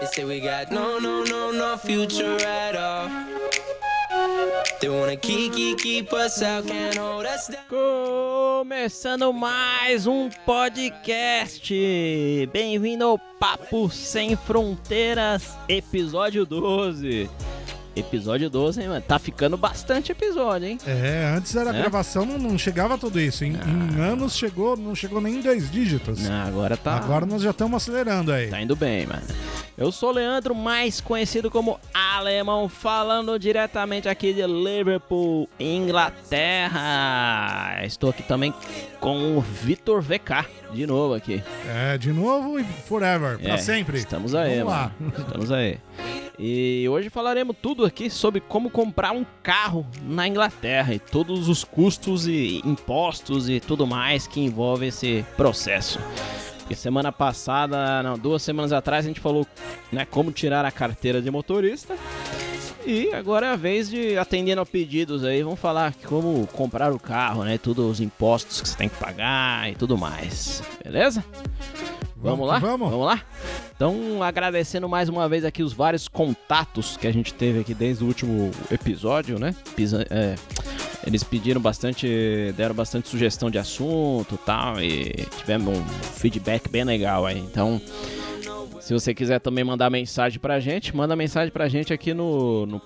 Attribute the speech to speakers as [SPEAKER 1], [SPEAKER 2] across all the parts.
[SPEAKER 1] They say we got no, no, no, no future at all. They wanna keep, keep, keep us out, can't hold us down.
[SPEAKER 2] Começando mais um podcast. Bem-vindo ao Papo Sem Fronteiras, episódio 12. Episódio 12, hein, mano? Tá ficando bastante episódio, hein?
[SPEAKER 3] É, antes era
[SPEAKER 2] Né?
[SPEAKER 3] gravação, não, não chegava tudo isso. Em, em anos chegou, não chegou nem em dois dígitos.
[SPEAKER 2] Ah, agora tá.
[SPEAKER 3] Agora nós já estamos acelerando aí.
[SPEAKER 2] Tá indo bem, mano. Eu sou o Leandro, mais conhecido como Alemão, falando diretamente aqui de Liverpool, Inglaterra. Estou aqui também com o Vitor VK, de novo aqui.
[SPEAKER 3] É, de novo e forever, pra
[SPEAKER 2] É,
[SPEAKER 3] sempre.
[SPEAKER 2] Estamos aí,
[SPEAKER 3] Vamos lá.
[SPEAKER 2] mano. Estamos aí. E hoje falaremos tudo aqui sobre como comprar um carro na Inglaterra e todos os custos e impostos e tudo mais que envolve esse processo. Porque semana passada, não, duas semanas atrás a gente falou, né, como tirar a carteira de motorista. E agora é a vez de atendendo a pedidos aí, vamos falar como comprar o carro, né, todos os impostos que você tem que pagar e tudo mais. Beleza? Vamos,
[SPEAKER 3] Vamos
[SPEAKER 2] lá?
[SPEAKER 3] que vamos.
[SPEAKER 2] lá? Então, agradecendo mais uma vez aqui os vários contatos que a gente teve aqui desde o último episódio, né? Pisa- é, eles pediram bastante, deram bastante sugestão de assunto e tal, e tivemos um feedback bem legal aí. Então, se você quiser também mandar mensagem pra gente, manda mensagem pra gente aqui no, no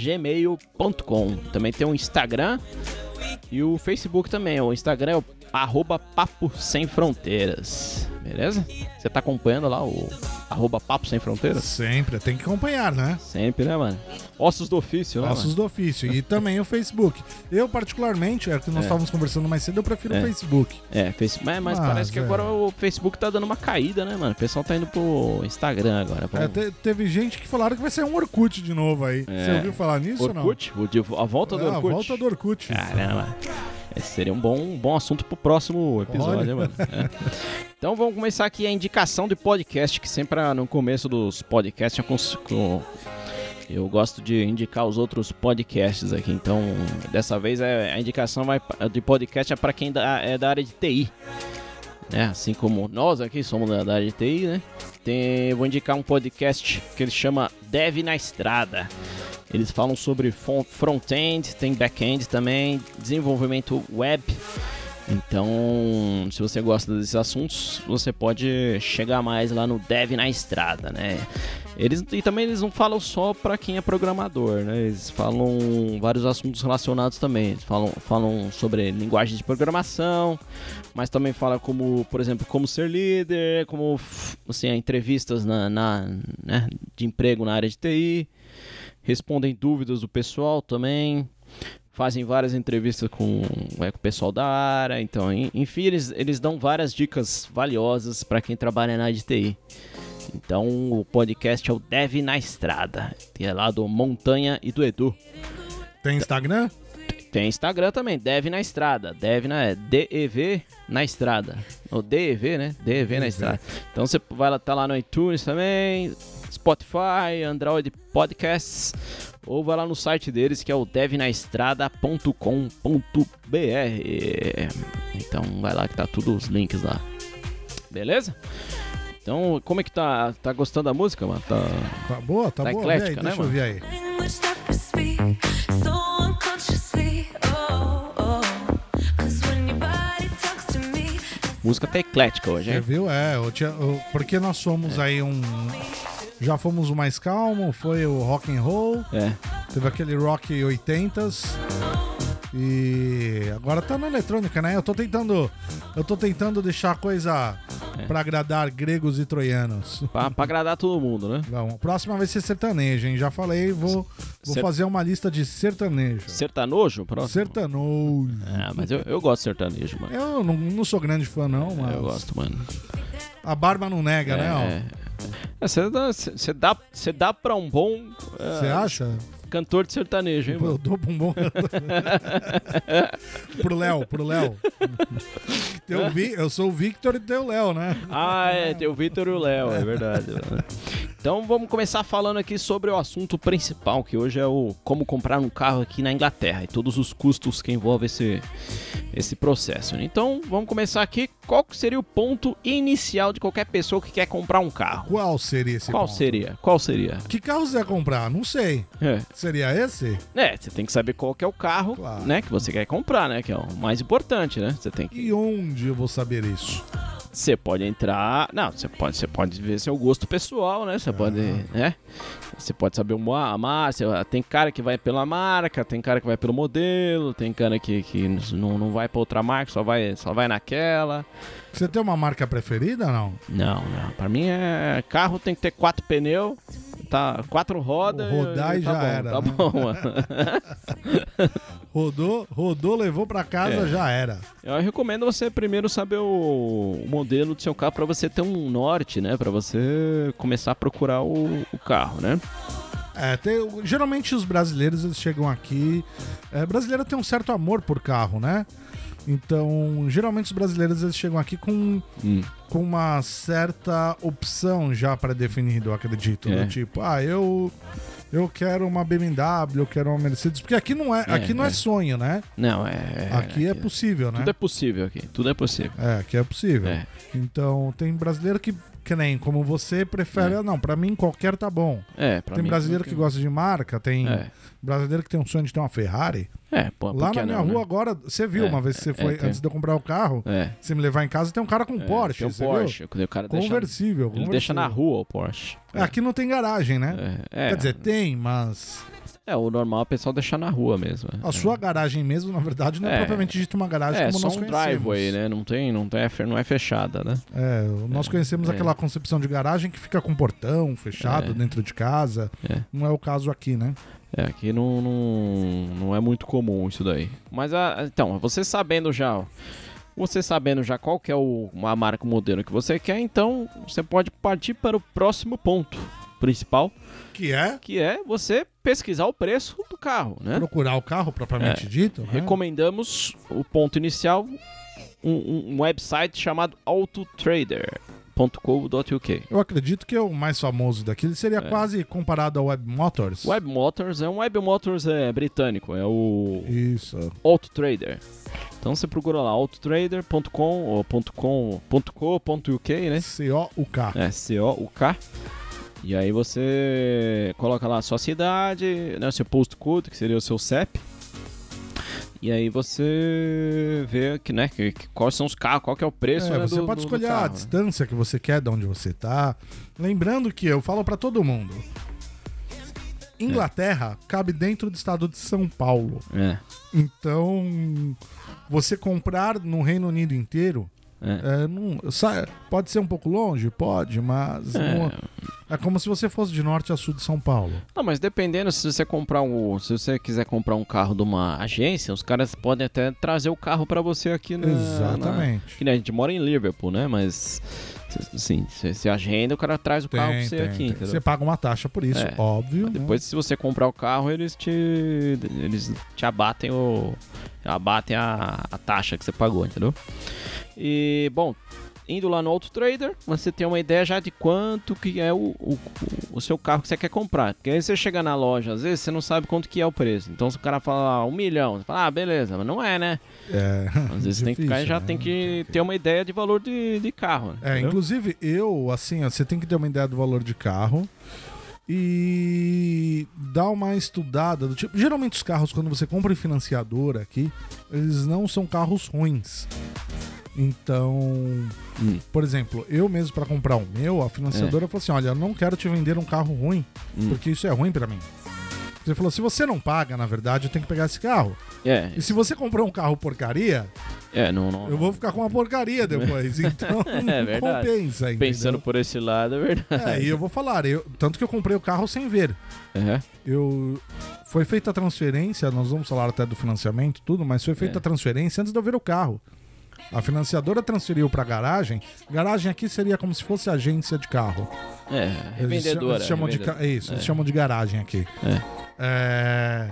[SPEAKER 2] paposemfronteiras.gmail.com Também tem o Instagram e o Facebook também. O Instagram é o arroba Papo Sem Fronteiras. Beleza? Você tá acompanhando lá o arroba Papo Sem Fronteiras?
[SPEAKER 3] Sempre, tem que acompanhar, né?
[SPEAKER 2] Sempre, né, mano? Ossos do ofício, né?
[SPEAKER 3] Passos
[SPEAKER 2] mano?
[SPEAKER 3] do ofício e também o Facebook. Eu, particularmente, é o que nós estávamos conversando mais cedo, eu prefiro
[SPEAKER 2] É.
[SPEAKER 3] o Facebook.
[SPEAKER 2] É, face... mas, mas
[SPEAKER 3] Mas,
[SPEAKER 2] parece que
[SPEAKER 3] é.
[SPEAKER 2] agora o Facebook tá dando uma caída, né, mano? O pessoal tá indo pro Instagram agora.
[SPEAKER 3] É,
[SPEAKER 2] Vamos-
[SPEAKER 3] te- teve gente que falaram que vai ser um Orkut de novo aí. Você ouviu falar nisso ou não?
[SPEAKER 2] É. Orkut? O de- A volta do
[SPEAKER 3] Ah,
[SPEAKER 2] Orkut? Ah.
[SPEAKER 3] volta do Orkut.
[SPEAKER 2] Caramba. Esse seria um bom, um bom assunto pro próximo episódio,
[SPEAKER 3] Olha.
[SPEAKER 2] hein, mano. É. Então vamos começar aqui a indicação de podcast, que sempre ah, no começo dos podcasts eu, cons- co- eu gosto de indicar os outros podcasts aqui. Então, dessa vez é- a indicação vai pa- de podcast é para quem da- é da área de TI. né? assim como nós aqui somos da, da área de TI, né? Tem- vou indicar um podcast que ele chama Dev na Estrada. Eles falam sobre fon- front-end, tem back-end também, desenvolvimento web. Então, se você gosta desses assuntos, você pode chegar mais lá no Dev na Estrada, né? Eles, e também eles não falam só para quem é programador, né? Eles falam vários assuntos relacionados também. Eles falam, falam sobre linguagem de programação, mas também fala como, por exemplo, como ser líder, como f- assim, entrevistas na, na, né, de emprego na área de TI respondem dúvidas do pessoal também, fazem várias entrevistas com, é, com o pessoal da área, então, en- enfim, eles, eles dão várias dicas valiosas para quem trabalha na área de TI. Então, o podcast é o Dev na Estrada, que é lá do Montanha e do Edu.
[SPEAKER 3] Tem Instagram?
[SPEAKER 2] Tem Instagram também, Dev na Estrada. Dev na é DEV na Estrada. Ou DEV, né? DEV na Estrada. Então você vai lá, tá lá no iTunes também, Spotify, Android Podcasts, ou vai lá no site deles que é o devnaestrada.com.br. Então vai lá que tá tudo os links lá. Beleza? Então, como é que tá? Tá gostando da música, mano? Tá...
[SPEAKER 3] Tá boa, tá,
[SPEAKER 2] Tá
[SPEAKER 3] boa.
[SPEAKER 2] eclética,
[SPEAKER 3] Vê aí,
[SPEAKER 2] né,
[SPEAKER 3] deixa eu
[SPEAKER 2] mano?
[SPEAKER 3] ver aí.
[SPEAKER 4] I'm stuck with speed, so unconsciously. Oh, oh. 'Cause when your body talks to me,
[SPEAKER 2] Música tá eclética hoje,
[SPEAKER 3] Já
[SPEAKER 2] hein?
[SPEAKER 3] viu? É, eu tinha- eu- porque nós somos
[SPEAKER 2] É.
[SPEAKER 3] aí um. Já fomos o mais calmo, foi o rock and roll,
[SPEAKER 2] É.
[SPEAKER 3] teve aquele rock 80s. E agora tá na eletrônica, né? Eu tô tentando. Eu tô tentando deixar a coisa
[SPEAKER 2] É.
[SPEAKER 3] pra agradar gregos e troianos.
[SPEAKER 2] Pra, pra agradar todo mundo, né?
[SPEAKER 3] Vamos. Próxima vai ser sertanejo, hein? Já falei, vou, vou
[SPEAKER 2] Ser-
[SPEAKER 3] fazer uma lista de sertanejo.
[SPEAKER 2] Sertanojo? Próximo.
[SPEAKER 3] Sertanojo.
[SPEAKER 2] Ah, mas eu, eu gosto de sertanejo, mano.
[SPEAKER 3] Eu não, não sou grande fã, não, mas.
[SPEAKER 2] Eu gosto, É, mano.
[SPEAKER 3] A barba não nega, né? ó?
[SPEAKER 2] Você dá, É, cê dá, cê dá pra um bom eh,
[SPEAKER 3] Você acha?
[SPEAKER 2] cantor de sertanejo, hein,
[SPEAKER 3] Pô, Eu
[SPEAKER 2] mano?
[SPEAKER 3] dou bumbum. pro Léo, pro Léo. Eu, vi, eu sou o Victor e teu Léo, né?
[SPEAKER 2] Ah, é, tem o Vitor e o Léo, é verdade. Então vamos começar falando aqui sobre o assunto principal, que hoje é o como comprar um carro aqui na Inglaterra e todos os custos que envolve esse, esse processo. Então vamos começar aqui. Qual que seria o ponto inicial de qualquer pessoa que quer comprar um carro?
[SPEAKER 3] Qual seria esse
[SPEAKER 2] Qual
[SPEAKER 3] ponto?
[SPEAKER 2] seria? Qual seria?
[SPEAKER 3] Que carro você ia comprar? Não sei.
[SPEAKER 2] É.
[SPEAKER 3] Seria esse?
[SPEAKER 2] É, você tem que saber qual que é o carro,
[SPEAKER 3] Claro.
[SPEAKER 2] né, que você quer comprar, né, que é o mais importante, né? Você tem que
[SPEAKER 3] E onde eu vou saber isso?
[SPEAKER 2] Você pode entrar. Não, você pode, você pode ver seu gosto pessoal, né? Você pode. né? Você pode saber uma a marca. Tem cara que vai pela marca, tem cara que vai pelo modelo, tem cara que, que não, não vai pra outra marca, só vai, só vai naquela.
[SPEAKER 3] Você tem uma marca preferida ou não?
[SPEAKER 2] Não, não. Pra mim é. Carro tem que ter quatro pneus. Tá, quatro rodas.
[SPEAKER 3] Rodar e
[SPEAKER 2] tá
[SPEAKER 3] já
[SPEAKER 2] bom,
[SPEAKER 3] era,
[SPEAKER 2] Tá
[SPEAKER 3] né?
[SPEAKER 2] bom, mano.
[SPEAKER 3] Rodou, rodou, levou pra
[SPEAKER 2] É.
[SPEAKER 3] casa, já era.
[SPEAKER 2] Eu recomendo você primeiro saber o o modelo do seu carro para você ter um norte, né? Para você começar a procurar o, o carro, né?
[SPEAKER 3] É, tem- geralmente os brasileiros eles chegam aqui. É, brasileiro tem um certo amor por carro, né? Então, geralmente os brasileiros eles chegam aqui com,
[SPEAKER 2] Hum.
[SPEAKER 3] com uma certa opção já pré-definida, eu acredito.
[SPEAKER 2] É.
[SPEAKER 3] Do tipo, ah, eu eu quero uma BMW, eu quero uma Mercedes, porque aqui não é,
[SPEAKER 2] É,
[SPEAKER 3] aqui não é,
[SPEAKER 2] é.
[SPEAKER 3] sonho, né?
[SPEAKER 2] Não, é.
[SPEAKER 3] aqui é possível, né?
[SPEAKER 2] Tudo é possível aqui. Tudo é possível.
[SPEAKER 3] É, aqui é possível.
[SPEAKER 2] É.
[SPEAKER 3] Então, tem brasileiro que, que nem como você, prefere, "Ah, não, pra mim qualquer tá bom.
[SPEAKER 2] É, pra
[SPEAKER 3] tem
[SPEAKER 2] mim,
[SPEAKER 3] brasileiro que gosta de marca, tem
[SPEAKER 2] É.
[SPEAKER 3] brasileiro que tem um sonho de ter uma Ferrari.
[SPEAKER 2] É, pô, por
[SPEAKER 3] Lá
[SPEAKER 2] que
[SPEAKER 3] na minha
[SPEAKER 2] não, né?
[SPEAKER 3] rua agora, você viu
[SPEAKER 2] É,
[SPEAKER 3] uma vez que você foi,
[SPEAKER 2] tem.
[SPEAKER 3] antes de eu comprar o carro,
[SPEAKER 2] É.
[SPEAKER 3] você me levar em casa, tem um cara com um
[SPEAKER 2] é,
[SPEAKER 3] Porsche,
[SPEAKER 2] Tem um
[SPEAKER 3] você
[SPEAKER 2] Porsche. O cara
[SPEAKER 3] viu?
[SPEAKER 2] deixa,
[SPEAKER 3] Conversível.
[SPEAKER 2] ele deixa
[SPEAKER 3] conversível.
[SPEAKER 2] na rua o Porsche.
[SPEAKER 3] É, Aqui não tem garagem, né?
[SPEAKER 2] É, é,
[SPEAKER 3] Quer dizer, tem, mas
[SPEAKER 2] é, o normal é o pessoal deixar na rua mesmo. é.
[SPEAKER 3] a sua garagem mesmo, na verdade, não é,
[SPEAKER 2] É.
[SPEAKER 3] propriamente dita uma garagem
[SPEAKER 2] É,
[SPEAKER 3] como
[SPEAKER 2] só
[SPEAKER 3] nós
[SPEAKER 2] um
[SPEAKER 3] conhecemos.
[SPEAKER 2] driveway, né? Não tem, não, tem, não é fechada, né?
[SPEAKER 3] É, nós conhecemos
[SPEAKER 2] é.
[SPEAKER 3] aquela concepção de garagem que fica com portão fechado
[SPEAKER 2] É.
[SPEAKER 3] dentro de casa.
[SPEAKER 2] É.
[SPEAKER 3] Não é o caso aqui, né?
[SPEAKER 2] É, aqui não, não, não é muito comum isso daí. Mas, a, então, você sabendo já... Você sabendo já qual que é o, a marca, o modelo que você quer, então você pode partir para o próximo ponto principal,
[SPEAKER 3] Que é
[SPEAKER 2] que é você pesquisar o preço do carro, né?
[SPEAKER 3] procurar o carro propriamente
[SPEAKER 2] É.
[SPEAKER 3] dito. né?
[SPEAKER 2] Recomendamos o ponto inicial, um, um- um website chamado autotrader.co.uk.
[SPEAKER 3] Eu acredito que é o mais famoso daquele seria quase comparado ao Web Motors.
[SPEAKER 2] É. Web Motors é um Web Motors é, britânico, é o
[SPEAKER 3] Isso.
[SPEAKER 2] AutoTrader. Então você procura lá autotrader.com ou .com, .co.uk, né?
[SPEAKER 3] C-O-U-K.
[SPEAKER 2] É C-O-U-K. E aí você coloca lá a sua cidade, né, o seu postcode, que seria o seu CEP. E aí você vê que, né, que, que- quais são os carros, qual que é o preço
[SPEAKER 3] É,
[SPEAKER 2] né,
[SPEAKER 3] você
[SPEAKER 2] do-
[SPEAKER 3] pode
[SPEAKER 2] do- do
[SPEAKER 3] escolher a
[SPEAKER 2] carro, né?
[SPEAKER 3] distância que você quer de onde você tá. Lembrando que eu falo pra todo mundo. Inglaterra cabe dentro do estado de São Paulo.
[SPEAKER 2] né? É.
[SPEAKER 3] Então, você comprar no Reino Unido inteiro
[SPEAKER 2] É, é.
[SPEAKER 3] é, não- sa- pode ser um pouco longe, pode, mas
[SPEAKER 2] É.
[SPEAKER 3] não- é como se você fosse de norte a sul de São Paulo.
[SPEAKER 2] Não, mas dependendo se você comprar um, se você quiser comprar um carro de uma agência, os caras podem até trazer o carro pra você aqui na, na-
[SPEAKER 3] Exatamente.
[SPEAKER 2] é. Que nem a gente mora em Liverpool, né? Mas assim, você você agenda, o cara traz o carro pra
[SPEAKER 3] Tem,
[SPEAKER 2] você
[SPEAKER 3] tem,
[SPEAKER 2] aqui,
[SPEAKER 3] tem.
[SPEAKER 2] entendeu?
[SPEAKER 3] Você paga uma taxa por isso,
[SPEAKER 2] É.
[SPEAKER 3] óbvio. né?
[SPEAKER 2] Depois, se você comprar o carro, eles te. Eles te abatem o. Abatem a, a taxa que você pagou, entendeu? E, bom, indo lá no Auto Trader, você tem uma ideia já de quanto que é o, o, o seu carro que você quer comprar. Porque aí você chega na loja, às vezes você não sabe quanto que é o preço. Então, se o cara fala ah, um milhão, você fala, ah, beleza, mas não é, né?
[SPEAKER 3] É,
[SPEAKER 2] Às vezes você tem que ficar,
[SPEAKER 3] difícil,
[SPEAKER 2] já
[SPEAKER 3] né?
[SPEAKER 2] tem que ter uma ideia de valor de, de carro. né?
[SPEAKER 3] É,
[SPEAKER 2] entendeu?
[SPEAKER 3] inclusive eu, assim, ó, você tem que ter uma ideia do valor de carro e dar uma estudada do tipo. Geralmente os carros, quando você compra em financiadora aqui, eles não são carros ruins. Então,
[SPEAKER 2] Hum. É.
[SPEAKER 3] por exemplo, eu mesmo pra comprar o meu, a financiadora falou assim: olha, eu não quero te vender um carro ruim,
[SPEAKER 2] Hum.
[SPEAKER 3] porque isso é ruim pra mim. Você falou: se você não paga, na verdade, eu tenho que pegar esse carro.
[SPEAKER 2] É,
[SPEAKER 3] E se você comprou um carro porcaria,
[SPEAKER 2] é, não. não
[SPEAKER 3] eu vou ficar com uma porcaria depois. Então,
[SPEAKER 2] É
[SPEAKER 3] não
[SPEAKER 2] verdade.
[SPEAKER 3] compensa, entendeu?
[SPEAKER 2] Pensando por esse lado, é verdade.
[SPEAKER 3] É, e eu vou falar, eu, tanto que eu comprei o carro sem ver.
[SPEAKER 2] É.
[SPEAKER 3] Eu foi feita a transferência, nós vamos falar até do financiamento, e tudo, mas foi feita
[SPEAKER 2] É.
[SPEAKER 3] a transferência antes de eu ver o carro. A financiadora transferiu pra garagem. Garagem aqui seria como se fosse agência de carro.
[SPEAKER 2] É,
[SPEAKER 3] Eles
[SPEAKER 2] revendedora.
[SPEAKER 3] cha- eles chamam de
[SPEAKER 2] revendedora.
[SPEAKER 3] ca- é isso, eles chamam de garagem aqui. É,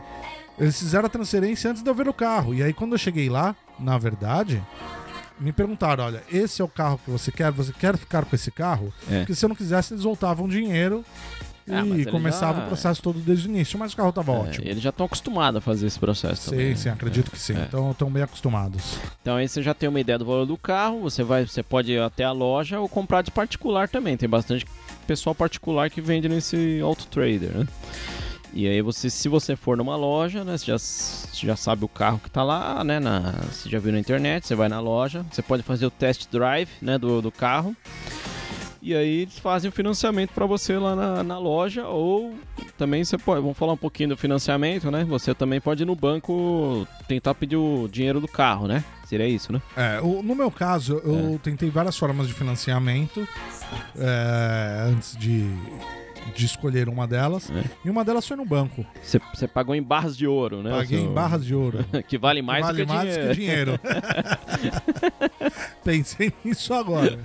[SPEAKER 3] eles fizeram a transferência antes de eu ver o carro. E aí quando eu cheguei lá, na verdade, me perguntaram, olha, esse é o carro que você quer, você quer ficar com esse carro?
[SPEAKER 2] É.
[SPEAKER 3] Porque se eu não quisesse, eles voltavam dinheiro
[SPEAKER 2] Ah, mas
[SPEAKER 3] e
[SPEAKER 2] ele
[SPEAKER 3] começava
[SPEAKER 2] já-
[SPEAKER 3] o processo todo desde o início, mas o carro tava
[SPEAKER 2] É,
[SPEAKER 3] ótimo.
[SPEAKER 2] eles já estão acostumados a fazer esse processo. também,
[SPEAKER 3] Sim,
[SPEAKER 2] né?
[SPEAKER 3] sim, acredito que sim.
[SPEAKER 2] É.
[SPEAKER 3] Então estão bem acostumados.
[SPEAKER 2] Então aí você já tem uma ideia do valor do carro, você vai, você pode ir até a loja ou comprar de particular também. Tem bastante pessoal particular que vende nesse auto trader, né? E aí você, se você for numa loja, né, você já, você já sabe o carro que tá lá, né, na, você já viu na internet, você vai na loja, você pode fazer o test drive, né, do, do carro. E aí eles fazem o financiamento para você lá na, na loja ou também você pode, vamos falar um pouquinho do financiamento, né? Você também pode ir no banco tentar pedir o dinheiro do carro, né? Seria isso, né?
[SPEAKER 3] É, o- no meu caso, eu
[SPEAKER 2] É.
[SPEAKER 3] tentei várias formas de financiamento é, antes de, de escolher uma delas.
[SPEAKER 2] É.
[SPEAKER 3] E uma delas foi no banco.
[SPEAKER 2] Você, você pagou em barras de ouro, né?
[SPEAKER 3] Paguei
[SPEAKER 2] O seu-
[SPEAKER 3] em barras de ouro.
[SPEAKER 2] que vale mais
[SPEAKER 3] vale
[SPEAKER 2] do que
[SPEAKER 3] mais
[SPEAKER 2] dinheiro.
[SPEAKER 3] que dinheiro. Pensei nisso agora.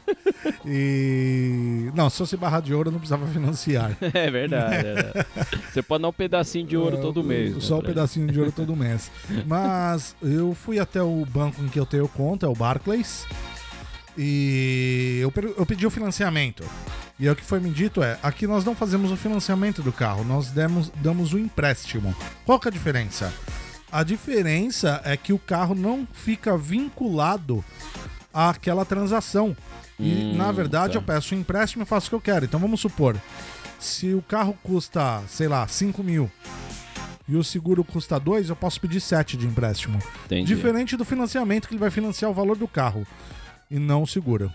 [SPEAKER 3] E. Não, se fosse barra de ouro, eu não precisava financiar.
[SPEAKER 2] é verdade. é verdade. Você pode dar um pedacinho de ouro todo mês. né,
[SPEAKER 3] Só um
[SPEAKER 2] pra-
[SPEAKER 3] pedacinho de ouro todo mês. Mas eu fui até o banco em que eu tenho conta, é o Barclays, e eu, per- eu pedi o financiamento. E aí o que foi me dito é, aqui nós não fazemos o financiamento do carro, nós demos, damos o empréstimo. Qual que é a diferença? A diferença é que o carro não fica vinculado àquela transação. E,
[SPEAKER 2] Hum,
[SPEAKER 3] na verdade,
[SPEAKER 2] tá.
[SPEAKER 3] eu peço um empréstimo e faço o que eu quero. Então, vamos supor, se o carro custa, sei lá, 5 mil e o seguro custa 2, eu posso pedir 7 de empréstimo.
[SPEAKER 2] Entendi.
[SPEAKER 3] Diferente do financiamento, que ele vai financiar o valor do carro e não o seguro.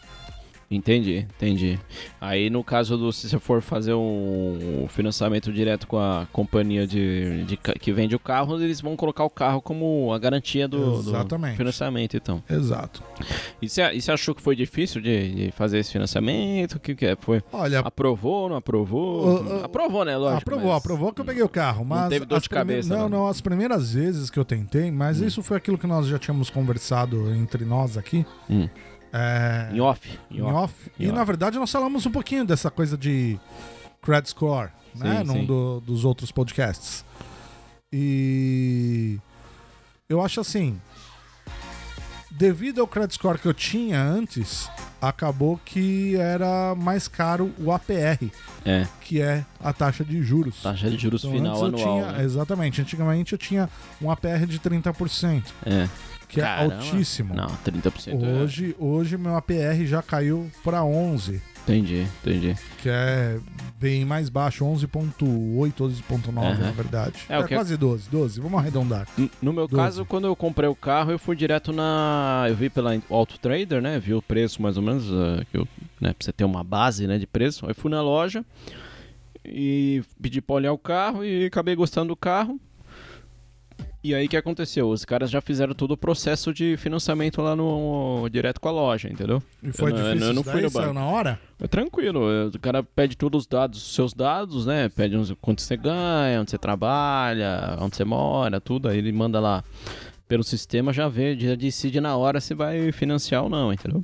[SPEAKER 2] Entendi, entendi. Aí no caso do se você for fazer um financiamento direto com a companhia de, de ca- que vende o carro, eles vão colocar o carro como a garantia do, do
[SPEAKER 3] Exatamente.
[SPEAKER 2] financiamento, então.
[SPEAKER 3] Exato.
[SPEAKER 2] E você, e você achou que foi difícil de, de fazer esse financiamento? O que, que é? Foi?
[SPEAKER 3] Olha,
[SPEAKER 2] Aprovou, não aprovou?
[SPEAKER 3] Ô, ô,
[SPEAKER 2] aprovou, né? Lógico.
[SPEAKER 3] aprovou,
[SPEAKER 2] mas-
[SPEAKER 3] aprovou que eu peguei o carro, mas.
[SPEAKER 2] teve dor
[SPEAKER 3] as
[SPEAKER 2] de
[SPEAKER 3] prime-
[SPEAKER 2] cabeça,
[SPEAKER 3] Não,
[SPEAKER 2] não. Hum.
[SPEAKER 3] não, as primeiras vezes que eu tentei, mas isso foi aquilo que nós já tínhamos conversado entre nós aqui.
[SPEAKER 2] Hum.
[SPEAKER 3] É,
[SPEAKER 2] Em off. Em
[SPEAKER 3] em
[SPEAKER 2] off.
[SPEAKER 3] off.
[SPEAKER 2] em
[SPEAKER 3] E
[SPEAKER 2] off.
[SPEAKER 3] na verdade nós falamos um pouquinho dessa coisa de credit score, né?
[SPEAKER 2] Sim,
[SPEAKER 3] Num
[SPEAKER 2] sim.
[SPEAKER 3] do- dos outros podcasts. E eu acho assim, devido ao credit score que eu tinha antes, acabou que era mais caro o APR,
[SPEAKER 2] É,
[SPEAKER 3] que é a taxa de juros.
[SPEAKER 2] taxa de juros
[SPEAKER 3] Então,
[SPEAKER 2] final
[SPEAKER 3] antes eu
[SPEAKER 2] anual.
[SPEAKER 3] tinha,
[SPEAKER 2] né?
[SPEAKER 3] exatamente, antigamente eu tinha um APR de 30%,
[SPEAKER 2] É.
[SPEAKER 3] que
[SPEAKER 2] Caramba.
[SPEAKER 3] é altíssimo.
[SPEAKER 2] Não, 30%. é.
[SPEAKER 3] Hoje, hoje meu APR já caiu para 11
[SPEAKER 2] Entendi, entendi.
[SPEAKER 3] que é bem mais baixo, 11.8, 12.9 na
[SPEAKER 2] Aham.
[SPEAKER 3] verdade. É,
[SPEAKER 2] É, o que-
[SPEAKER 3] quase 12, 12, vamos arredondar.
[SPEAKER 2] N- No meu
[SPEAKER 3] Doze.
[SPEAKER 2] caso, quando eu comprei o carro, eu fui direto na. Eu vi pela Auto Trader, né? Vi o preço mais ou menos, eh, que eu- né? pra você ter uma base né, de preço. Aí fui na loja e pedi pra olhar o carro e acabei gostando do carro. E aí o que aconteceu? Os caras já fizeram todo o processo de financiamento lá no. direto com a loja, entendeu?
[SPEAKER 3] E foi
[SPEAKER 2] eu não, eu
[SPEAKER 3] difícil
[SPEAKER 2] não- eu não
[SPEAKER 3] isso
[SPEAKER 2] fui
[SPEAKER 3] daí,
[SPEAKER 2] no
[SPEAKER 3] saiu
[SPEAKER 2] banco.
[SPEAKER 3] na hora?
[SPEAKER 2] É tranquilo, é, o cara pede todos os dados, os seus dados, né? Pede uns- quanto você ganha, onde você trabalha, onde você mora, tudo. Aí ele manda lá pelo sistema, já vê, já decide na hora se vai financiar ou não, entendeu?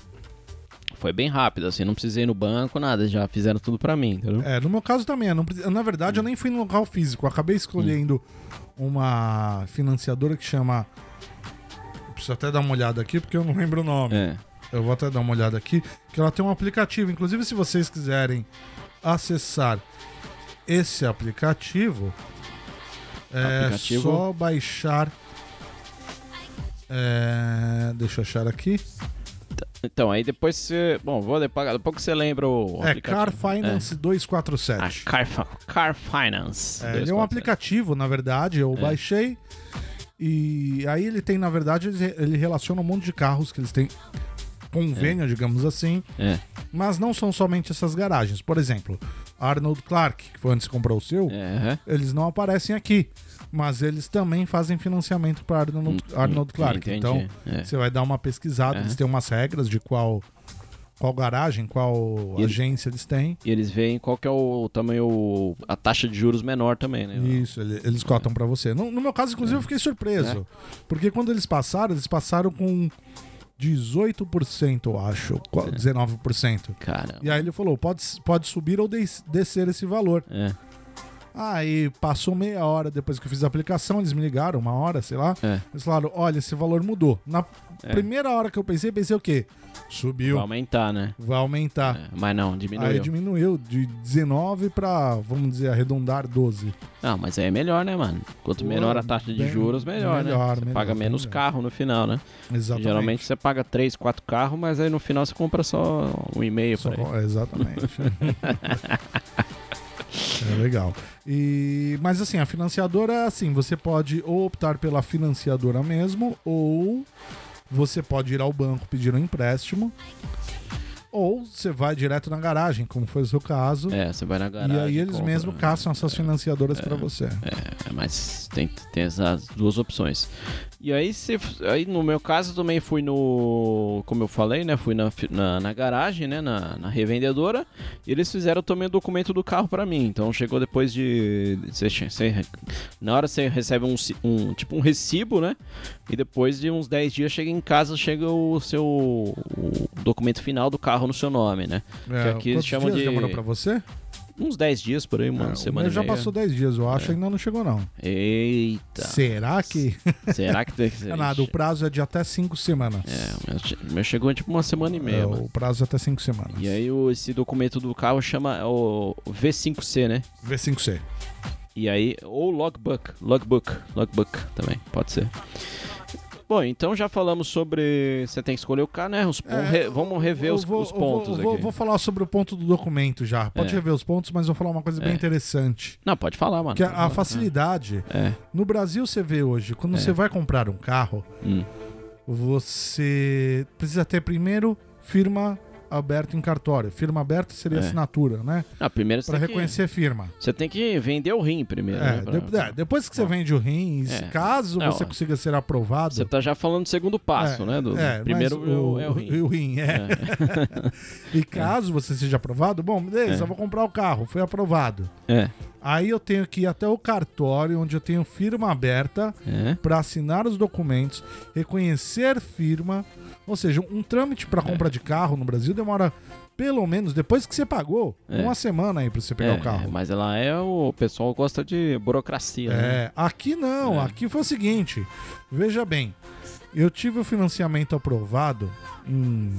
[SPEAKER 2] Foi bem rápido, assim, não precisei ir no banco, nada, já fizeram tudo pra mim, entendeu?
[SPEAKER 3] É, no meu caso também, eu não pre- na verdade eu nem fui no local físico, eu acabei escolhendo uma financiadora que chama eu Preciso até dar uma olhada aqui porque eu não lembro o nome.
[SPEAKER 2] É.
[SPEAKER 3] Eu vou até dar uma olhada aqui, que ela tem um aplicativo, inclusive se vocês quiserem acessar esse aplicativo, é
[SPEAKER 2] Aplicativo?
[SPEAKER 3] só baixar. É, deixa eu achar aqui.
[SPEAKER 2] Então, aí depois você. Bom, vou depois, daqui a pouco você lembra o.
[SPEAKER 3] é
[SPEAKER 2] aplicativo.
[SPEAKER 3] Car Finance
[SPEAKER 2] É.
[SPEAKER 3] 247.
[SPEAKER 2] Ah, Car, Fi- Car Finance.
[SPEAKER 3] É, ele é um
[SPEAKER 2] 247.
[SPEAKER 3] aplicativo, na verdade,
[SPEAKER 2] É.
[SPEAKER 3] eu baixei. E aí ele tem, na verdade, ele- ele relaciona um monte de carros que eles têm convênio, digamos assim.
[SPEAKER 2] É,
[SPEAKER 3] Mas não são somente essas garagens. Por exemplo, Arnold Clark, que foi onde você comprou o seu,
[SPEAKER 2] é, aham.
[SPEAKER 3] eles não aparecem aqui. Mas eles também fazem financiamento para Arnold, Arnold Clark.
[SPEAKER 2] Hum, entendi,
[SPEAKER 3] Então,
[SPEAKER 2] é.
[SPEAKER 3] você vai dar uma pesquisada, eles têm umas regras de qual qual garagem, qual
[SPEAKER 2] E-
[SPEAKER 3] agência eles têm.
[SPEAKER 2] E eles veem qual que é o também o a taxa de juros menor também, né?
[SPEAKER 3] Isso, ele- eles cotam pra você. No, no meu caso,
[SPEAKER 2] É.
[SPEAKER 3] inclusive, eu fiquei surpreso. Porque quando eles passaram, eles passaram com 18%, eu acho,
[SPEAKER 2] É.
[SPEAKER 3] qua- 19%.
[SPEAKER 2] Cara.
[SPEAKER 3] E aí ele falou, pode, s- pode subir ou des- descer esse valor.
[SPEAKER 2] É.
[SPEAKER 3] Aí passou meia hora depois que eu fiz a aplicação, eles me ligaram, uma hora, sei lá.
[SPEAKER 2] É.
[SPEAKER 3] Eles falaram: olha, esse valor mudou. Na primeira hora que eu pensei, pensei o quê? Subiu,
[SPEAKER 2] Pra aumentar, né?
[SPEAKER 3] vai aumentar.
[SPEAKER 2] É, mas não, diminuiu.
[SPEAKER 3] Ah. Aí diminuiu de 19 pra, vamos dizer, arredondar 12.
[SPEAKER 2] Não, mas aí é melhor, né, mano? Quanto
[SPEAKER 3] Pô,
[SPEAKER 2] menor a taxa de
[SPEAKER 3] bem-
[SPEAKER 2] juros, melhor, né?
[SPEAKER 3] melhor,
[SPEAKER 2] Você
[SPEAKER 3] melhor,
[SPEAKER 2] paga menos
[SPEAKER 3] melhor.
[SPEAKER 2] carro no final, né?
[SPEAKER 3] Exatamente.
[SPEAKER 2] Geralmente você paga 3, 4 carros, mas aí no final você compra só um e-mail
[SPEAKER 3] Só-
[SPEAKER 2] por aí.
[SPEAKER 3] exatamente. é legal. E, mas assim, a financiadora, assim, você pode ou optar pela financiadora mesmo, ou você pode ir ao banco pedir um empréstimo, ou você vai direto na garagem, como foi o seu caso.
[SPEAKER 2] É, você vai na
[SPEAKER 3] e
[SPEAKER 2] garagem.
[SPEAKER 3] aí eles
[SPEAKER 2] compra,
[SPEAKER 3] mesmo
[SPEAKER 2] né?
[SPEAKER 3] caçam essas financiadoras pra você.
[SPEAKER 2] É, mas tem, tem essas duas opções. E aí, se, aí, no meu caso, eu também fui no. Como eu falei, né? Fui na, fi- na, na garagem, né? Na, na revendedora. E eles fizeram também o documento do carro pra mim. Então chegou depois de. você che- você- na hora você recebe um, ci- um. Tipo um recibo, né? E depois de uns 10 dias chega em casa, chega o seu. O documento final do carro no seu nome, né? que aqui eles
[SPEAKER 3] É, quantos
[SPEAKER 2] chamam
[SPEAKER 3] dias
[SPEAKER 2] de.
[SPEAKER 3] demorou pra você?
[SPEAKER 2] Uns 10 dias por aí, uma
[SPEAKER 3] É, o
[SPEAKER 2] semana.
[SPEAKER 3] meu
[SPEAKER 2] e
[SPEAKER 3] já
[SPEAKER 2] meia. É. Tá.
[SPEAKER 3] passou 10 dias, eu acho, ainda não chegou não.
[SPEAKER 2] Eita.
[SPEAKER 3] Será que...
[SPEAKER 2] Será que tem que
[SPEAKER 3] É nada, o prazo é de até 5 semanas.
[SPEAKER 2] É, o meu, che- o meu chegou tipo uma semana e meia,
[SPEAKER 3] É,
[SPEAKER 2] mano.
[SPEAKER 3] o prazo é até 5 semanas.
[SPEAKER 2] E aí o, esse documento do carro chama é o V5C, né?
[SPEAKER 3] V5C.
[SPEAKER 2] E aí, ou logbook, logbook, logbook também, pode ser. Bom, então já falamos sobre. Você tem que escolher o carro, né? Os pon-
[SPEAKER 3] É,
[SPEAKER 2] re- vamos rever
[SPEAKER 3] Eu
[SPEAKER 2] os,
[SPEAKER 3] vou-
[SPEAKER 2] os
[SPEAKER 3] eu vou-
[SPEAKER 2] pontos
[SPEAKER 3] eu vou,
[SPEAKER 2] aqui.
[SPEAKER 3] vou falar sobre o ponto do documento já. Pode
[SPEAKER 2] É. Ah,
[SPEAKER 3] rever os pontos, mas vou falar uma coisa bem interessante.
[SPEAKER 2] Não, pode falar, mano.
[SPEAKER 3] Que
[SPEAKER 2] Pode
[SPEAKER 3] a, a
[SPEAKER 2] falar.
[SPEAKER 3] facilidade.
[SPEAKER 2] É.
[SPEAKER 3] No Brasil, você vê hoje, quando você vai comprar um carro,
[SPEAKER 2] Hum.
[SPEAKER 3] você precisa ter primeiro firma aberta em cartório. Firma aberta seria
[SPEAKER 2] É.
[SPEAKER 3] assinatura, né?
[SPEAKER 2] Não, primeiro você
[SPEAKER 3] Pra
[SPEAKER 2] tem, que,
[SPEAKER 3] reconhecer firma.
[SPEAKER 2] você tem que vender o rim primeiro.
[SPEAKER 3] É,
[SPEAKER 2] né? Pra-
[SPEAKER 3] de- é, depois que você vende o rim, e se
[SPEAKER 2] É.
[SPEAKER 3] caso
[SPEAKER 2] Não,
[SPEAKER 3] você
[SPEAKER 2] ó.
[SPEAKER 3] consiga ser aprovado.
[SPEAKER 2] Você tá já falando do segundo passo,
[SPEAKER 3] É,
[SPEAKER 2] né? Do,
[SPEAKER 3] é, mas
[SPEAKER 2] primeiro é o rim.
[SPEAKER 3] é. e caso você seja aprovado, bom, beleza, eu vou comprar o carro, foi aprovado.
[SPEAKER 2] É,
[SPEAKER 3] Aí eu tenho que ir até o cartório, onde eu tenho firma aberta,
[SPEAKER 2] é.
[SPEAKER 3] para assinar os documentos, reconhecer firma. Ou seja, um trâmite
[SPEAKER 2] É.
[SPEAKER 3] para compra de carro no Brasil demora pelo menos, depois que você pagou,
[SPEAKER 2] É.
[SPEAKER 3] uma semana aí para você pegar
[SPEAKER 2] É,
[SPEAKER 3] o carro.
[SPEAKER 2] Mas ela é o pessoal gosta de burocracia. né?
[SPEAKER 3] É, aqui não, aqui foi o seguinte. Veja bem, eu tive o financiamento aprovado em,